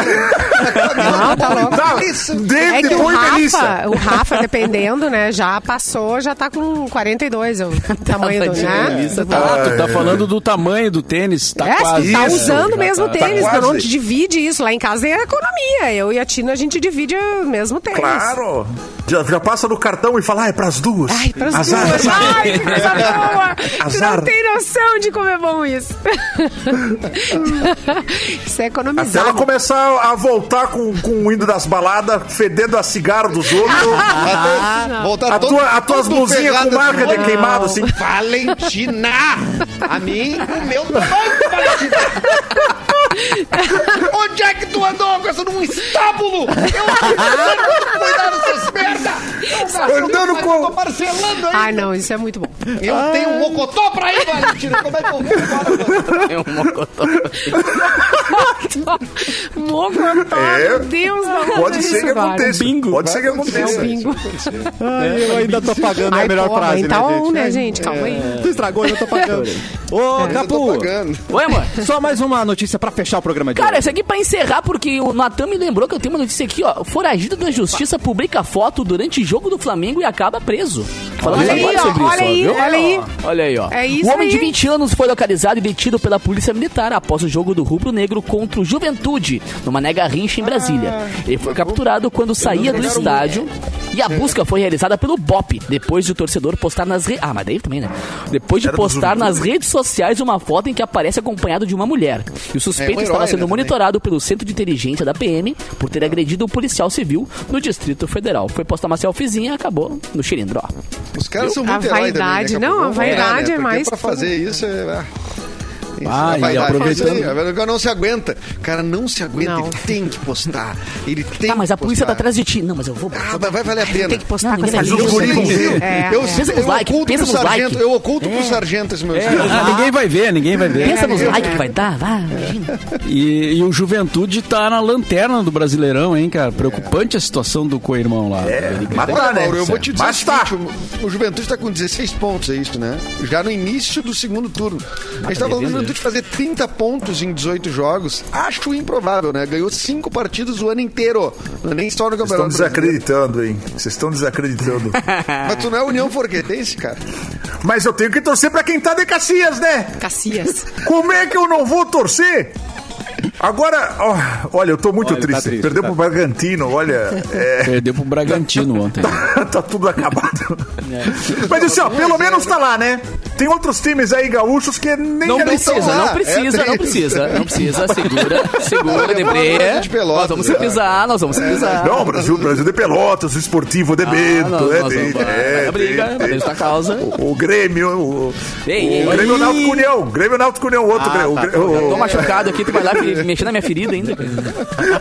Speaker 4: Não,
Speaker 3: tá louco.
Speaker 7: Tá,
Speaker 4: Melissa.
Speaker 3: É
Speaker 7: dentro
Speaker 3: que
Speaker 7: de
Speaker 3: o
Speaker 7: boi Melissa.
Speaker 3: Rafa, o Rafa, dependendo, né, já passou, já tá com 42, o tamanho do,
Speaker 6: de
Speaker 3: né?
Speaker 6: delícia,
Speaker 3: Do-
Speaker 8: Tá, tu tá falando do tamanho do tênis. Tá
Speaker 3: É,
Speaker 8: quase.
Speaker 3: tá
Speaker 7: Isso,
Speaker 3: usando mesmo o
Speaker 8: tá
Speaker 3: tênis,
Speaker 7: quase.
Speaker 3: não te divide isso. Lá em casa é economia. Eu e a Tina, a gente divide o mesmo tênis.
Speaker 7: Claro. Já, já passa no cartão e fala, ah, é pras duas.
Speaker 3: Ai, pras
Speaker 7: Azar,
Speaker 3: duas.
Speaker 7: azar.
Speaker 3: Ai, que coisa boa. Tu não
Speaker 7: Azar.
Speaker 3: tem noção de como é bom isso. isso é
Speaker 7: Se ela
Speaker 3: economizar.
Speaker 7: começar a voltar com, com o hino das baladas, fedendo a cigarro dos outros,
Speaker 4: Voltar
Speaker 7: tá. a
Speaker 4: todo-
Speaker 7: tua, as tuas
Speaker 4: todo
Speaker 7: blusinhas com
Speaker 4: ferrado,
Speaker 7: marca de
Speaker 4: assim.
Speaker 7: queimado, assim.
Speaker 4: Valentina! A mim, o meu tamanho, Valentina! Onde é que tu andou com essa num estábulo? Eu cuidar dessas merda! Eu gasto
Speaker 7: Andando
Speaker 4: mais,
Speaker 7: com-
Speaker 4: Tô parcelando aí!
Speaker 3: Ai, não, isso é muito bom.
Speaker 4: Eu tenho um mocotó pra ir, Valentina! Como é que eu vou embora?
Speaker 6: É um mocotó.
Speaker 3: Mocotó,
Speaker 7: É.
Speaker 3: meu Deus, não
Speaker 7: Pode
Speaker 4: é
Speaker 7: ser que aconteça. Pode ser que
Speaker 3: É um
Speaker 7: aconteça.
Speaker 3: bingo.
Speaker 1: Ai, eu ainda tô pagando, é a
Speaker 3: Ai,
Speaker 1: melhor
Speaker 3: pô,
Speaker 1: frase,
Speaker 3: mas tá
Speaker 1: né,
Speaker 3: on,
Speaker 1: gente?
Speaker 3: né, gente? Calma aí.
Speaker 1: Tu estragou, eu tô pagando. É, Ô, Capu,
Speaker 6: Oi, amor.
Speaker 1: só mais uma notícia pra fechar o programa de
Speaker 6: Cara,
Speaker 1: hoje.
Speaker 6: isso aqui pra encerrar, porque o Natan me lembrou que eu tenho uma notícia aqui, ó. Foragido da Justiça publica foto durante jogo do Flamengo e acaba preso. Falamos
Speaker 3: Olha aí,
Speaker 6: agora
Speaker 3: ó,
Speaker 6: sobre isso,
Speaker 3: olha
Speaker 6: ó,
Speaker 3: aí,
Speaker 6: viu?
Speaker 3: olha aí.
Speaker 6: Olha aí, ó.
Speaker 3: É isso
Speaker 6: o homem de
Speaker 3: aí.
Speaker 6: 20 anos foi localizado e detido pela Polícia Militar após o jogo do Rubro Negro contra o Juventude, numa nega rincha em Brasília.
Speaker 3: Ah.
Speaker 6: Ele foi capturado quando saía do estádio e a busca foi realizada pelo BOP, depois de o torcedor postar nas redes... Ah, mas daí também, né? Depois de
Speaker 7: Era do
Speaker 6: postar
Speaker 7: Juventude.
Speaker 6: nas redes sociais uma foto em que aparece acompanhado de uma mulher. E o suspeito
Speaker 4: É um herói,
Speaker 6: estava
Speaker 4: né,
Speaker 6: sendo
Speaker 4: também.
Speaker 6: monitorado pelo Centro de Inteligência da PM por ter agredido um policial civil no Distrito Federal. Foi postar uma selfiezinha e acabou no xilindró.
Speaker 4: Os caras são
Speaker 3: A muito herói também, né, vaidade, Capu? não, a Vamos parar, vaidade né? é Porque mais- pra fazer
Speaker 4: isso é... assim,
Speaker 8: Ah, e aproveitando-
Speaker 4: O cara não se aguenta. O cara não se aguenta,
Speaker 3: Não.
Speaker 4: ele tem que postar. Ele tem
Speaker 6: Tá, mas a
Speaker 4: que
Speaker 6: polícia tá
Speaker 4: postar.
Speaker 6: atrás de ti. Não, mas eu vou...
Speaker 4: Ah, mas vai valer a pena.
Speaker 3: Tem que postar
Speaker 6: Não,
Speaker 3: com essa
Speaker 6: ninguém
Speaker 4: Eu
Speaker 3: lista.
Speaker 6: vai
Speaker 4: sei,
Speaker 7: Júlio
Speaker 4: eu
Speaker 7: Conde.
Speaker 4: sei.
Speaker 3: É,
Speaker 4: eu
Speaker 3: é.
Speaker 4: sei,
Speaker 6: Pensa nos
Speaker 4: eu
Speaker 6: like,
Speaker 4: oculto
Speaker 6: pensa
Speaker 4: pro
Speaker 6: nos
Speaker 4: sargento,
Speaker 6: like.
Speaker 4: eu oculto
Speaker 7: Hum.
Speaker 4: pro sargento esse meu
Speaker 7: É.
Speaker 4: filho.
Speaker 8: Ah, ninguém vai ver, ninguém vai ver.
Speaker 6: Pensa nos likes que vai dar, vai, imagina.
Speaker 8: E, e o Juventude tá na lanterna do Brasileirão, hein, cara? Preocupante a situação do co-irmão lá. Ele-
Speaker 7: Mas
Speaker 4: Olha,
Speaker 7: tá, né?
Speaker 4: Mauro, eu vou te dizer
Speaker 7: Mas
Speaker 4: o
Speaker 7: tá.
Speaker 4: seguinte, o, o Juventude tá com 16 pontos, é isso, né? Já no início do segundo turno. A gente tava falando do Juventude fazer 30 pontos em 18 jogos. Acho improvável, né? Ganhou 5 partidas o ano inteiro. Não é Nem só no
Speaker 7: Vocês estão
Speaker 4: Campeonato Brasileiro.
Speaker 7: desacreditando, hein? Vocês estão desacreditando.
Speaker 4: Mas tu não é União Forquetense, cara?
Speaker 7: Mas eu tenho que torcer pra quem tá de Cacias, né?
Speaker 3: Cacias.
Speaker 7: Como é que eu não vou torcer? Agora, ó, olha, eu tô muito
Speaker 1: Olha, ele tá
Speaker 7: triste.
Speaker 1: triste,
Speaker 7: Perdeu
Speaker 1: tá.
Speaker 7: pro Bragantino, olha. é,
Speaker 8: Perdeu pro Bragantino ontem.
Speaker 7: tá tudo acabado. Mas assim, ó, pelo menos tá lá, né? Tem outros times aí gaúchos que nem
Speaker 6: Não
Speaker 7: eles
Speaker 4: tão
Speaker 6: precisa,
Speaker 4: lá.
Speaker 6: não precisa,
Speaker 4: É,
Speaker 6: não
Speaker 4: tem-
Speaker 6: precisa, não precisa. Segura, segura,
Speaker 4: Olha,
Speaker 6: Debreia.
Speaker 4: vamos de Pelotas,
Speaker 6: Nós vamos se
Speaker 4: né?
Speaker 6: pisar, nós vamos se pisar.
Speaker 7: Não, Brasil, Brasil de Pelotas, o Esportivo de
Speaker 6: Ah,
Speaker 7: Bento.
Speaker 6: nós-
Speaker 7: é,
Speaker 6: nós
Speaker 7: tem,
Speaker 6: vamos-
Speaker 7: é,
Speaker 6: vai,
Speaker 7: tem,
Speaker 6: briga,
Speaker 7: tem.
Speaker 6: vai da causa.
Speaker 7: O, o Grêmio, o,
Speaker 6: Ei,
Speaker 7: o
Speaker 6: ei,
Speaker 7: Grêmio
Speaker 6: ei. Ah,
Speaker 7: Náutico União, Grêmio Náutico União, outro Grêmio. o Grêmio-
Speaker 6: Eu
Speaker 7: o-
Speaker 6: tô machucado aqui, tu vai lá fe- mexer na minha ferida ainda.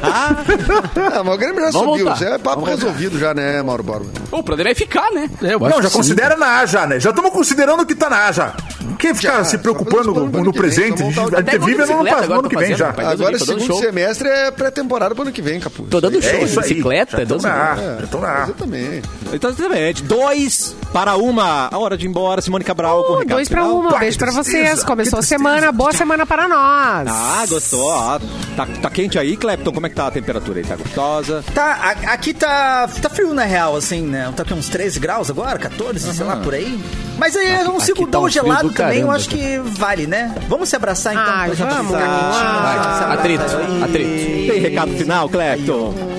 Speaker 4: Ah, mas o Grêmio já
Speaker 6: Vamos
Speaker 4: subiu.
Speaker 6: voltar.
Speaker 4: Já é papo resolvido já, né, Mauro Borba?
Speaker 6: O problema é ficar, né?
Speaker 8: Eu acho
Speaker 7: Não, já
Speaker 8: que sim.
Speaker 7: considera na A já, né? Já estamos considerando que tá na A já. Quem ficar
Speaker 4: Já,
Speaker 7: se
Speaker 4: só pra
Speaker 7: preocupando no,
Speaker 4: ano que vem,
Speaker 7: no presente,
Speaker 4: só
Speaker 7: a
Speaker 4: voltar-
Speaker 7: gente
Speaker 6: Até
Speaker 7: vive
Speaker 6: ano
Speaker 7: no
Speaker 6: de bicicleta
Speaker 7: passando
Speaker 6: agora né,
Speaker 7: ano que vem
Speaker 6: tô
Speaker 7: já.
Speaker 6: fazendo, rapaz. Deus
Speaker 4: Agora,
Speaker 6: livre, tô dando
Speaker 4: segundo
Speaker 6: um show.
Speaker 4: semestre é pré-temporada pro ano que vem, Capu.
Speaker 6: Tô dando
Speaker 4: Isso aí.
Speaker 6: show,
Speaker 7: É isso aí.
Speaker 6: bicicleta,
Speaker 7: já tão
Speaker 6: Deus
Speaker 7: na A,
Speaker 6: me-
Speaker 7: já
Speaker 2: Ah.
Speaker 7: tão na A.
Speaker 4: Exatamente.
Speaker 1: Então, Exatamente. Dois para uma. A hora de ir ora Simone Cabral com o
Speaker 3: Bom,
Speaker 1: recado
Speaker 3: Uh, dois pra
Speaker 1: final.
Speaker 3: uma.
Speaker 7: Pá,
Speaker 3: Um beijo
Speaker 7: que
Speaker 3: pra
Speaker 7: tristeza,
Speaker 3: vocês. Começou a
Speaker 7: que
Speaker 3: semana.
Speaker 7: tristeza.
Speaker 3: Boa semana para nós.
Speaker 1: Ah, gostou. ó. Tá, tá quente aí, Clepton? Como é que tá a temperatura aí? Tá gostosa?
Speaker 5: Tá, a- aqui tá, tá frio, na real, assim, né? Tá aqui uns 13 graus agora, 14, sei lá, por aí. Mas aí é um
Speaker 6: tá
Speaker 5: segundão
Speaker 6: um frio
Speaker 5: gelado
Speaker 6: do
Speaker 5: também, eu
Speaker 6: caramba,
Speaker 5: acho que vale, né? Vamos se abraçar então.
Speaker 3: Ai,
Speaker 5: pra gente
Speaker 3: vamos,
Speaker 5: ficar
Speaker 3: vamos
Speaker 5: quentinho,
Speaker 3: lá.
Speaker 5: vamos se abraçar.
Speaker 6: Atrito, atrito.
Speaker 1: Ah, tá Tem recado final, Clepton?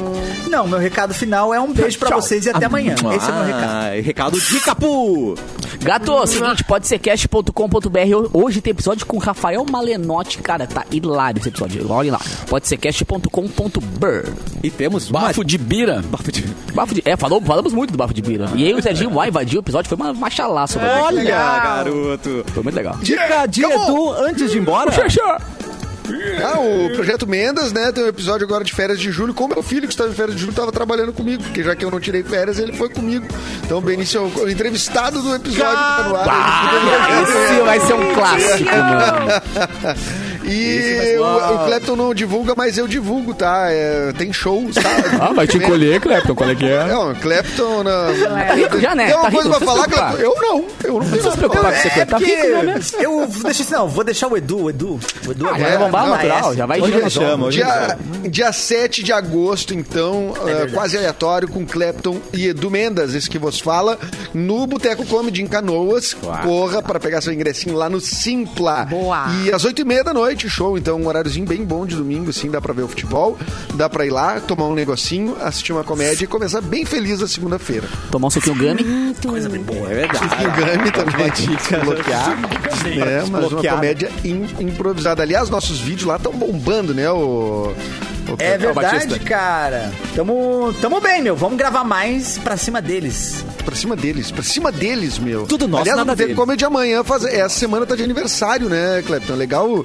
Speaker 5: Não, meu recado final é um beijo pra vocês e até amanhã. Esse é o meu recado.
Speaker 1: Ah, recado de Capu!
Speaker 6: Gato, é seguinte, pode ser cast.com.br. Hoje tem episódio com o Rafael Malenotti, cara. Tá hilário esse episódio. Olhem lá. Pode ser cast.com.br.
Speaker 1: E temos uma-
Speaker 8: Bafo de bira.
Speaker 1: Bafo de...
Speaker 6: Bafo de... É, falou, falamos muito do bafo de bira. E aí o Serginho lá invadiu o episódio, foi uma machalá sobre o bafo de
Speaker 1: Olha,
Speaker 6: bira.
Speaker 1: garoto!
Speaker 6: Foi muito legal.
Speaker 1: Dica de Edu antes de ir embora.
Speaker 4: Ah, o Projeto Mendas, né? Tem um episódio agora de férias de julho. Como meu filho que estava em férias de julho estava trabalhando comigo, porque já que eu não tirei férias, ele foi comigo. Então, Benício é o o entrevistado do episódio que tá no ar.
Speaker 6: Esse vai ser um clássico, mano.
Speaker 4: E o, o Clepton não divulga, mas eu divulgo, tá? É, tem show, sabe?
Speaker 2: Ah, vai te encolher, Clepton, qual é que é?
Speaker 4: Não, Clepton. Na...
Speaker 6: Tá rico já, né?
Speaker 4: Tem uma
Speaker 6: Tá
Speaker 4: coisa
Speaker 6: rico,
Speaker 4: pra
Speaker 6: não
Speaker 4: falar,
Speaker 6: precisa
Speaker 4: Clepton? Eu não. Eu não
Speaker 6: Não se
Speaker 4: tenho É, nada pra
Speaker 6: preocupar
Speaker 4: falar.
Speaker 6: com você, Clepton. Tá rico, né, mesmo?
Speaker 5: É Eu deixa assim, não, vou deixar o Edu, o Edu, o Edu
Speaker 6: Ah, já vai bombar
Speaker 5: não,
Speaker 6: natural, já vai
Speaker 1: Hoje
Speaker 6: girando
Speaker 1: ele chama, hoje ele
Speaker 4: Dia,
Speaker 1: chama.
Speaker 4: dia 7 de agosto, então, eh, quase aleatório, com Clapton e Edu Mendes, esse que vos fala, no Boteco Comedy em Canoas. Corra para pegar seu ingressinho lá no Simpla.
Speaker 3: Boa.
Speaker 4: E às 8 e meia da noite, show. Então, um horáriozinho bem bom de domingo, assim, dá pra ver o futebol, dá pra ir lá, tomar um negocinho, assistir uma comédia e começar bem feliz a segunda-feira.
Speaker 6: Tomar um suquinho gummy.
Speaker 1: É verdade.
Speaker 4: E o Gami também, desbloquear, né? Mas uma
Speaker 1: Desbloqueado.
Speaker 4: comédia im- improvisada. Aliás, nossos vídeos lá estão bombando, né, o... o
Speaker 5: É
Speaker 4: Clepton?
Speaker 5: verdade, cara. Tamo, tamo bem, meu. Vamos gravar mais pra cima deles.
Speaker 4: Pra cima deles, pra cima deles, meu.
Speaker 1: Tudo nosso,
Speaker 4: Aliás,
Speaker 1: nada
Speaker 4: não teve
Speaker 1: deles.
Speaker 4: comedy amanhã, faz... essa semana tá de aniversário, né, Clepton? Legal.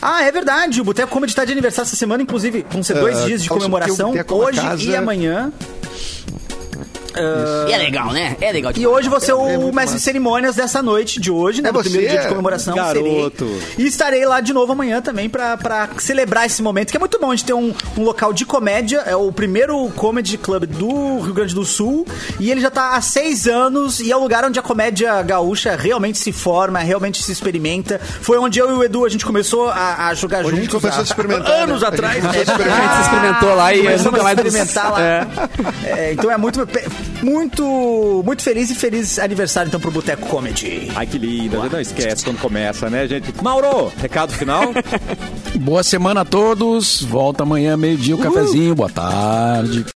Speaker 5: Ah, é verdade. O Boteco Comedy tá de aniversário essa semana, inclusive vão ser dois
Speaker 4: Ah,
Speaker 5: dias de
Speaker 4: calça o
Speaker 5: comemoração,
Speaker 4: que o Boteco
Speaker 5: hoje
Speaker 4: na casa.
Speaker 5: e amanhã.
Speaker 6: E é legal, né? É legal.
Speaker 5: E hoje você é o mestre de cerimônias dessa noite de hoje, né?
Speaker 4: É
Speaker 5: do
Speaker 4: você,
Speaker 5: primeiro dia de comemoração.
Speaker 1: garoto.
Speaker 5: serei. E estarei lá de novo amanhã também pra, pra celebrar esse momento, que é muito bom. A gente tem um, um local de comédia, é o primeiro comedy club do Rio Grande do Sul. E ele já tá há seis anos e é o lugar onde a comédia gaúcha realmente se forma, realmente se experimenta. Foi onde eu e o Edu, a gente começou a, a jogar
Speaker 4: Hoje a
Speaker 5: juntos.
Speaker 4: gente começou a
Speaker 5: há-
Speaker 4: experimentar,
Speaker 5: Anos
Speaker 4: né? A gente
Speaker 5: atrás,
Speaker 4: começou a
Speaker 6: A
Speaker 5: né?
Speaker 4: experimentar.
Speaker 6: gente se experimentou lá e
Speaker 5: Começamos
Speaker 6: nunca
Speaker 5: a
Speaker 6: mais...
Speaker 5: experimentar lá. É, então é muito, muito, muito feliz e feliz aniversário então pro Boteco Comedy.
Speaker 1: Ai, que lindo. Não esquece quando começa, né, gente? Mauro, recado final?
Speaker 8: Boa semana a todos. Volta amanhã, meio-dia, o cafezinho. Boa tarde.